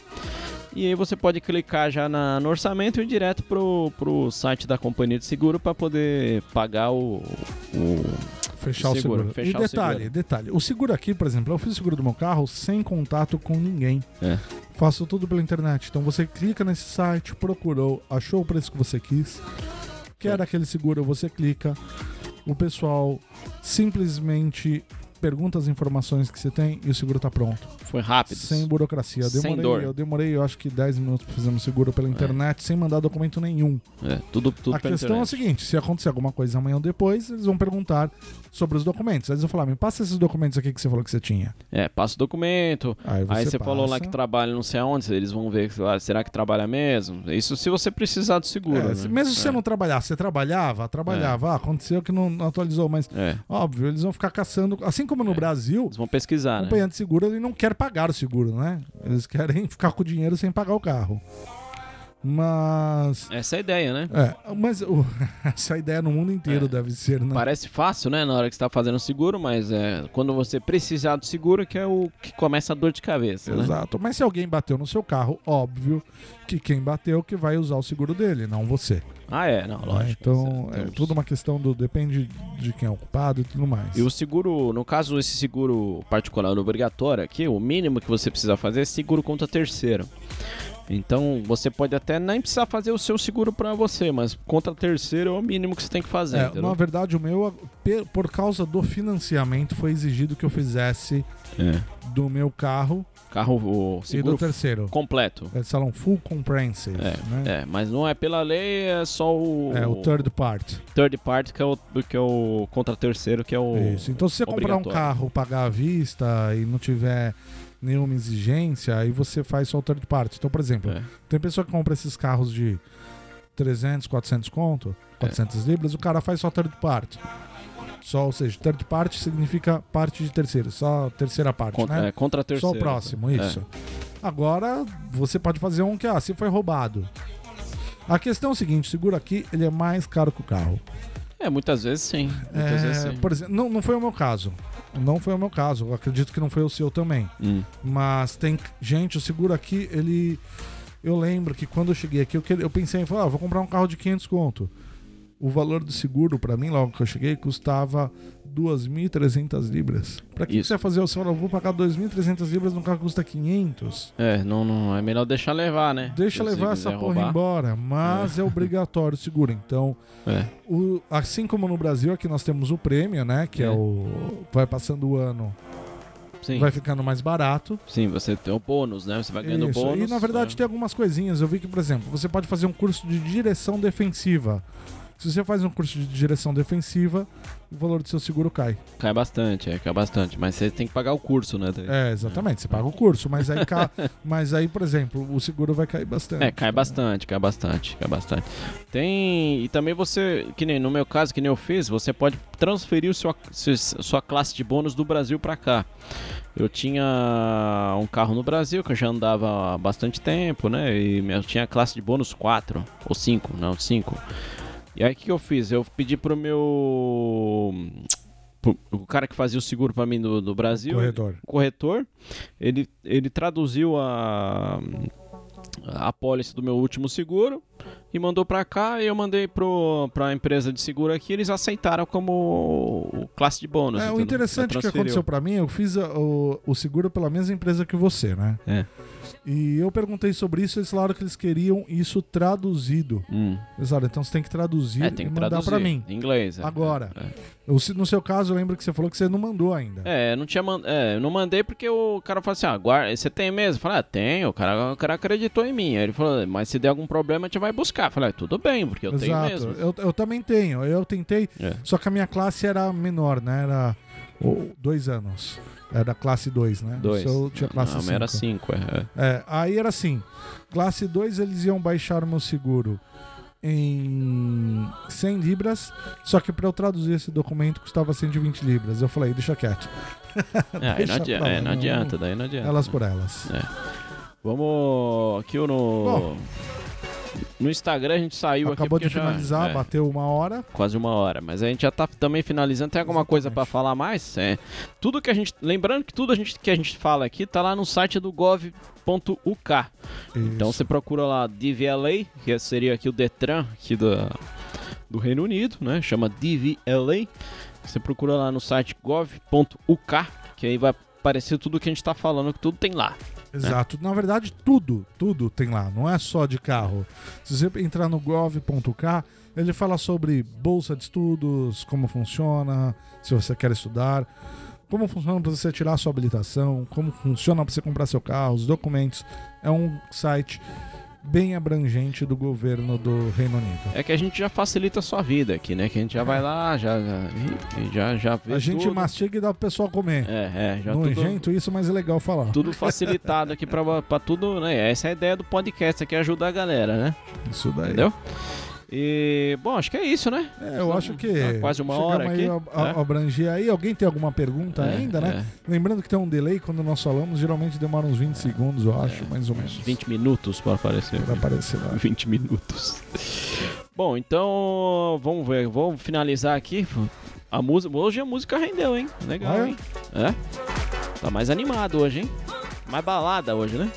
[SPEAKER 2] E aí você pode clicar já na, no orçamento e ir direto pro, pro site da companhia de seguro para poder pagar o. o-
[SPEAKER 3] Fechar o
[SPEAKER 2] Seguro,
[SPEAKER 3] seguro.
[SPEAKER 2] fechar o
[SPEAKER 3] e detalhe,
[SPEAKER 2] seguro.
[SPEAKER 3] detalhe. O seguro aqui, por exemplo, eu fiz o seguro do meu carro sem contato com ninguém.
[SPEAKER 2] É.
[SPEAKER 3] Faço tudo pela internet. Então você clica nesse site, procurou, achou o preço que você quis,
[SPEAKER 2] É.
[SPEAKER 3] quer aquele seguro, você clica. O pessoal simplesmente pergunta as informações que você tem e o seguro tá pronto.
[SPEAKER 2] Foi rápido.
[SPEAKER 3] Sem burocracia. Eu
[SPEAKER 2] Sem
[SPEAKER 3] demorei,
[SPEAKER 2] dor.
[SPEAKER 3] eu demorei, eu acho que 10 minutos pra fazer um seguro pela internet, sem mandar documento nenhum
[SPEAKER 2] É, tudo, tudo
[SPEAKER 3] a
[SPEAKER 2] pela
[SPEAKER 3] questão é a
[SPEAKER 2] internet.
[SPEAKER 3] seguinte: se acontecer alguma coisa amanhã ou depois, eles vão perguntar sobre os documentos. Eles vão falar: me passa esses documentos aqui que você falou que você tinha.
[SPEAKER 2] É, passa o documento.
[SPEAKER 3] Aí você,
[SPEAKER 2] Aí você
[SPEAKER 3] passa.
[SPEAKER 2] falou lá que trabalha não sei aonde, eles vão ver, sei lá, será que trabalha mesmo? Isso se você precisar do seguro,
[SPEAKER 3] É,
[SPEAKER 2] né?
[SPEAKER 3] se- Mesmo se você não trabalhar, você trabalhava, trabalhava, ah, aconteceu que não, não atualizou, mas
[SPEAKER 2] É,
[SPEAKER 3] óbvio, eles vão ficar caçando. Assim como no Brasil,
[SPEAKER 2] eles vão pesquisar, É.
[SPEAKER 3] o
[SPEAKER 2] né?
[SPEAKER 3] companhia de seguro ele não quer pagar o seguro, né? Eles querem ficar com o dinheiro sem pagar o carro. Mas.
[SPEAKER 2] Essa é a ideia, né?
[SPEAKER 3] É, mas o- essa ideia no mundo inteiro deve ser, né?
[SPEAKER 2] Parece fácil, né, na hora que você tá fazendo o seguro, mas é quando você precisar do seguro que é o que começa a dor de cabeça, né?
[SPEAKER 3] Exato. Mas se alguém bateu no seu carro, óbvio que quem bateu que vai usar o seguro dele, não você. né?
[SPEAKER 2] Ah, é, não, lógico. um
[SPEAKER 3] Então,
[SPEAKER 2] Certo.
[SPEAKER 3] é tudo uma questão do. Depende de quem é o culpado e tudo mais.
[SPEAKER 2] E o seguro, no caso, esse seguro particular obrigatório aqui, o mínimo que você precisa fazer é seguro contra terceiro. Então, você pode até nem precisar fazer o seu seguro pra você, mas contra terceiro é o mínimo que você tem que fazer.
[SPEAKER 3] É,
[SPEAKER 2] entendeu?
[SPEAKER 3] na verdade, o meu, pe- por causa do financiamento, foi exigido que eu fizesse
[SPEAKER 2] É.
[SPEAKER 3] do meu carro
[SPEAKER 2] Carro, o
[SPEAKER 3] e
[SPEAKER 2] seguro
[SPEAKER 3] do terceiro. É.
[SPEAKER 2] completo.
[SPEAKER 3] Eles falam um full comprehensive, né?
[SPEAKER 2] É, mas não é pela lei, é só o,
[SPEAKER 3] É, o third part.
[SPEAKER 2] third party que é o, que é o contra terceiro, que é o.
[SPEAKER 3] Isso. Então, se você comprar um
[SPEAKER 2] obrigatório.
[SPEAKER 3] carro, pagar à vista e não tiver nenhuma exigência, aí você faz só o third party. Então, por exemplo,
[SPEAKER 2] É.
[SPEAKER 3] Tem pessoa que compra esses carros de 300, 400 conto, 400 libras, o cara faz só third party. Só, ou seja, third party significa parte de terceiro, só a terceira parte,
[SPEAKER 2] Contra,
[SPEAKER 3] né?
[SPEAKER 2] é, contra
[SPEAKER 3] só
[SPEAKER 2] terceiro.
[SPEAKER 3] o próximo,
[SPEAKER 2] É.
[SPEAKER 3] isso. Agora, você pode fazer um que, ah, se foi roubado. A questão é o seguinte, o seguro aqui, ele é mais caro que o carro.
[SPEAKER 2] É, muitas vezes sim. Muitas vezes
[SPEAKER 3] É,
[SPEAKER 2] sim.
[SPEAKER 3] por exemplo, não, não foi o meu caso. Não foi o meu caso, eu acredito que não foi o seu também.
[SPEAKER 2] Hum.
[SPEAKER 3] Mas tem. Gente, o seguro aqui, ele. Eu lembro que quando eu cheguei aqui, eu, que- eu pensei em falar, ah, vou comprar um carro de 500 conto. O valor do seguro, pra mim, logo que eu cheguei, custava 2.300 libras. Pra que, que
[SPEAKER 2] Isso.
[SPEAKER 3] você vai fazer? Você fala, eu vou pagar 2.300 libras num carro que custa 500.
[SPEAKER 2] É, não, não, é melhor deixar levar, né?
[SPEAKER 3] Deixa
[SPEAKER 2] Se você
[SPEAKER 3] levar
[SPEAKER 2] quiser
[SPEAKER 3] essa porra
[SPEAKER 2] roubar.
[SPEAKER 3] embora, mas é, obrigatório o seguro. Então,
[SPEAKER 2] É.
[SPEAKER 3] o- assim como no Brasil, aqui nós temos o prêmio, né? Que é,
[SPEAKER 2] É.
[SPEAKER 3] o. Vai passando o ano.
[SPEAKER 2] Sim.
[SPEAKER 3] vai ficando mais barato.
[SPEAKER 2] Sim, você tem o bônus, né? Você vai ganhando
[SPEAKER 3] Isso.
[SPEAKER 2] bônus.
[SPEAKER 3] E na verdade
[SPEAKER 2] né?
[SPEAKER 3] tem algumas coisinhas. Eu vi que, por exemplo, você pode fazer um curso de direção defensiva. Se você faz um curso de direção defensiva, o valor do seu seguro cai.
[SPEAKER 2] cai bastante, é, cai bastante. Mas você tem que pagar o curso, né? daí?
[SPEAKER 3] É, exatamente. Você paga o curso, mas aí, ca... mas aí por exemplo, o seguro vai cair bastante. né?
[SPEAKER 2] É, cai bastante, cai bastante, cai bastante. Tem. E também você, que nem no meu caso, que nem eu fiz, você pode transferir o seu, se- sua classe de bônus do Brasil pra cá. Eu tinha um carro no Brasil que eu já andava há bastante tempo, né? E eu tinha a classe de bônus 4 ou 5, não, 5. E aí o que que eu fiz? Eu pedi pro meu. pro- O cara que fazia o seguro pra mim do, do Brasil.
[SPEAKER 3] Corredor.
[SPEAKER 2] o corretor, ele, ele traduziu a, a pólice do meu último seguro e mandou pra cá. E eu mandei pro, pra empresa de seguro aqui. Eles aceitaram como o classe de bônus.
[SPEAKER 3] É, o
[SPEAKER 2] entendeu?
[SPEAKER 3] interessante que
[SPEAKER 2] Transferiu.
[SPEAKER 3] aconteceu pra mim, eu fiz a- o, o seguro pela mesma empresa que você, né?
[SPEAKER 2] É.
[SPEAKER 3] E eu perguntei sobre isso, eles falaram que eles queriam isso traduzido.
[SPEAKER 2] Hum.
[SPEAKER 3] Eles falaram, então você tem que traduzir
[SPEAKER 2] É, tem
[SPEAKER 3] e
[SPEAKER 2] que
[SPEAKER 3] mandar
[SPEAKER 2] traduzir.
[SPEAKER 3] pra mim.
[SPEAKER 2] Em inglês. é.
[SPEAKER 3] Agora.
[SPEAKER 2] É.
[SPEAKER 3] Eu, se- no seu caso, eu lembro que você falou que você não mandou ainda.
[SPEAKER 2] É, eu não tinha man... é, eu não mandei porque o cara falou assim: ah, guarda, você tem mesmo? Eu falei, ah, tenho, o cara, o cara acreditou em mim. Aí ele falou, mas se der algum problema, a gente vai buscar. Eu falei, ah, tudo bem, porque eu tenho mesmo.
[SPEAKER 3] Eu, eu também tenho. Eu tentei,
[SPEAKER 2] É.
[SPEAKER 3] só que a minha classe era menor, né? Era o- dois anos. Era classe 2, né?
[SPEAKER 2] Dois.
[SPEAKER 3] O seu tinha classe
[SPEAKER 2] não,
[SPEAKER 3] 5.
[SPEAKER 2] era cinco, é. é.
[SPEAKER 3] É, aí era assim: classe 2 eles iam baixar o meu seguro em 100 libras, só que pra eu traduzir esse documento custava 120 libras. Eu falei, deixa quieto.
[SPEAKER 2] É, aí não,
[SPEAKER 3] Deixa
[SPEAKER 2] adianta,
[SPEAKER 3] pra lá,
[SPEAKER 2] é, não
[SPEAKER 3] não-
[SPEAKER 2] adianta, daí não adianta.
[SPEAKER 3] Elas por elas.
[SPEAKER 2] Vamos aqui no.
[SPEAKER 3] Bom.
[SPEAKER 2] no Instagram a gente saiu
[SPEAKER 3] Acabou
[SPEAKER 2] aqui
[SPEAKER 3] de
[SPEAKER 2] porque já-
[SPEAKER 3] finalizar,
[SPEAKER 2] é,
[SPEAKER 3] bateu uma hora.
[SPEAKER 2] quase uma hora, mas a gente já tá também finalizando. Tem alguma coisa pra
[SPEAKER 3] Exatamente.
[SPEAKER 2] falar mais? É. Tudo que a gente, lembrando que tudo a gente, que a gente fala aqui tá lá no site do gov.uk. Então
[SPEAKER 3] Isso.
[SPEAKER 2] você procura lá DVLA, que é- seria aqui o Detran aqui do, do Reino Unido, né? Chama DVLA. Você procura lá no site gov.uk, que aí vai aparecer tudo que a gente tá falando, que tudo tem lá.
[SPEAKER 3] né? Exato. Na verdade, tudo, tudo tem lá, não é só de carro. Se você entrar no gov.k, ele fala sobre bolsa de estudos, como funciona, se você quer estudar, como funciona para você tirar a sua habilitação, como funciona para você comprar seu carro, os documentos. É um site bem abrangente do governo do Reino Unido.
[SPEAKER 2] É que a gente já facilita a sua vida aqui, né? Que a gente já vai lá, já já já, já vê
[SPEAKER 3] A gente
[SPEAKER 2] tudo.
[SPEAKER 3] mastiga e dá pro pessoal comer.
[SPEAKER 2] É, é, já
[SPEAKER 3] Nojento
[SPEAKER 2] tudo,
[SPEAKER 3] isso, mas é legal falar.
[SPEAKER 2] tudo facilitado aqui pra, pra tudo, né? Essa é a ideia do podcast aqui, é ajudar a galera, né?
[SPEAKER 3] Isso daí.
[SPEAKER 2] Entendeu? E, bom, acho que é isso, né?
[SPEAKER 3] É, eu acho que.
[SPEAKER 2] Tá quase uma
[SPEAKER 3] chegamos
[SPEAKER 2] hora
[SPEAKER 3] aí
[SPEAKER 2] aqui,
[SPEAKER 3] a- a-
[SPEAKER 2] né?
[SPEAKER 3] abranger aí. Alguém tem alguma pergunta
[SPEAKER 2] É, É.
[SPEAKER 3] ainda, né? Lembrando que tem um delay quando nós falamos, geralmente demora uns 20 segundos, eu acho, mais ou menos.
[SPEAKER 2] Uns 20 é, minutos pra aparecer.
[SPEAKER 3] Vai aparecer lá.
[SPEAKER 2] 20 minutos. Bom, então vamos ver, vamos finalizar aqui. A música, hoje a música rendeu, hein? Legal,
[SPEAKER 3] Ah, é?
[SPEAKER 2] hein? É. Tá mais animado hoje, hein? Mais balada hoje, né?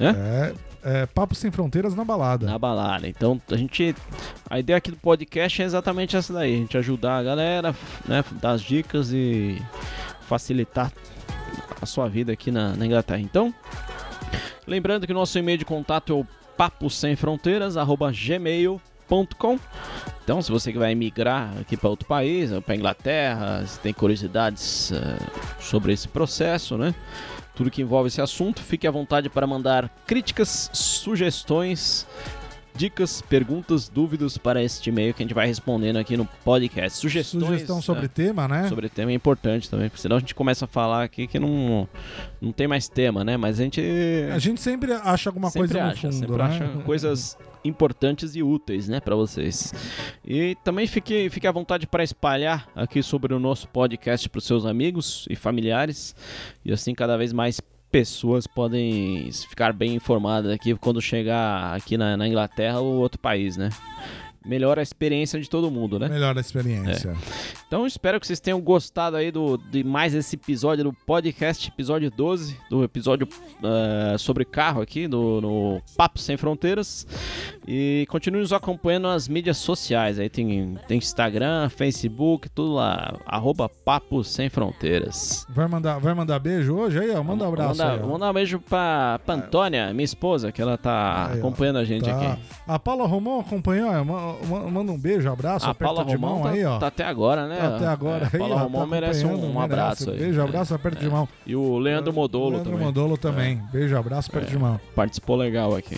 [SPEAKER 3] É, é, Papo Sem Fronteiras na balada.
[SPEAKER 2] Na balada. Então a gente a ideia aqui do podcast é exatamente essa daí, a gente ajudar a galera, né, dar as dicas e facilitar a sua vida aqui na, na Inglaterra. Então, lembrando que o nosso e-mail de contato é o papo sem fronteiras gmail.com então, se você que vai emigrar aqui para outro país, para Inglaterra, se tem curiosidades eh, sobre esse processo, né? Tudo que envolve esse assunto, fique à vontade para mandar críticas, sugestões, dicas, perguntas, dúvidas para este e-mail que a gente vai respondendo aqui no podcast. Sugestões,
[SPEAKER 3] Sugestão
[SPEAKER 2] né?
[SPEAKER 3] sobre tema, né?
[SPEAKER 2] sobre tema é importante também, porque senão a gente começa a falar aqui que não, não tem mais tema, né? Mas a gente
[SPEAKER 3] A gente sempre acha alguma
[SPEAKER 2] sempre
[SPEAKER 3] coisa
[SPEAKER 2] acha,
[SPEAKER 3] no fundo,
[SPEAKER 2] sempre
[SPEAKER 3] né?
[SPEAKER 2] acha coisas importantes e úteis, né, para vocês. E também fique, fique à vontade para espalhar aqui sobre o nosso podcast para os seus amigos e familiares, e assim cada vez mais pessoas podem ficar bem informadas aqui quando chegar aqui na, na Inglaterra ou outro país, né? Melhora a experiência de todo mundo, né?
[SPEAKER 3] Melhor a experiência.
[SPEAKER 2] Então espero que vocês tenham gostado aí do, de mais esse episódio do podcast, episódio 12, do episódio eh, sobre carro aqui, do, no Papo Sem Fronteiras. E continue nos acompanhando nas mídias sociais. Aí tem, tem Instagram, Facebook, tudo lá. Arroba Papo Sem Fronteiras.
[SPEAKER 3] Vai, mandar, vai mandar beijo hoje aí, ó? Manda um abraço
[SPEAKER 2] Manda,
[SPEAKER 3] aí, ó.
[SPEAKER 2] manda um beijo pra, pra Antônia, minha esposa, que ela tá
[SPEAKER 3] Aí, ó.
[SPEAKER 2] acompanhando a gente
[SPEAKER 3] Tá.
[SPEAKER 2] aqui.
[SPEAKER 3] A Paula Romão acompanhou, é uma- ma- manda um beijo, abraço,
[SPEAKER 2] A
[SPEAKER 3] aperto
[SPEAKER 2] Paula
[SPEAKER 3] de
[SPEAKER 2] Romão
[SPEAKER 3] mão
[SPEAKER 2] tá,
[SPEAKER 3] aí, ó.
[SPEAKER 2] tá até agora, né?
[SPEAKER 3] Tá até agora
[SPEAKER 2] É,
[SPEAKER 3] aí,
[SPEAKER 2] Paula
[SPEAKER 3] ó, tá
[SPEAKER 2] Romão merece
[SPEAKER 3] acompanhando,
[SPEAKER 2] um, um abraço aí.
[SPEAKER 3] Beijo, abraço, aperto de mão.
[SPEAKER 2] E o Leandro Modolo
[SPEAKER 3] Ah, Leandro
[SPEAKER 2] também. É.
[SPEAKER 3] Mondolo também. Beijo, abraço, aperto de mão.
[SPEAKER 2] Participou legal aqui.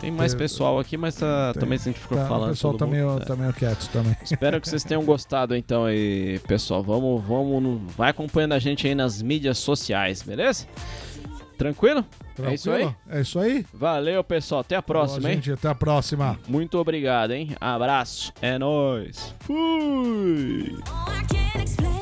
[SPEAKER 2] Tem mais
[SPEAKER 3] Ah, tem-
[SPEAKER 2] pessoal aqui, mas tá, também se a gente ficou
[SPEAKER 3] Tá, o
[SPEAKER 2] falando.
[SPEAKER 3] pessoal
[SPEAKER 2] todo
[SPEAKER 3] tá
[SPEAKER 2] mundo.
[SPEAKER 3] meio,
[SPEAKER 2] É.
[SPEAKER 3] tá meio quieto também.
[SPEAKER 2] Espero que vocês tenham gostado então aí, pessoal. Vamos, vamos, no- vai acompanhando a gente aí nas mídias sociais, beleza? Tranquilo? É isso aí?
[SPEAKER 3] Tranquilo? É isso aí?
[SPEAKER 2] Valeu, pessoal. Até a próxima,
[SPEAKER 3] Ó,
[SPEAKER 2] hein?
[SPEAKER 3] gente, até a próxima.
[SPEAKER 2] Muito obrigado, hein? Abraço. É nóis. Fui!
[SPEAKER 4] Oh, I can't explain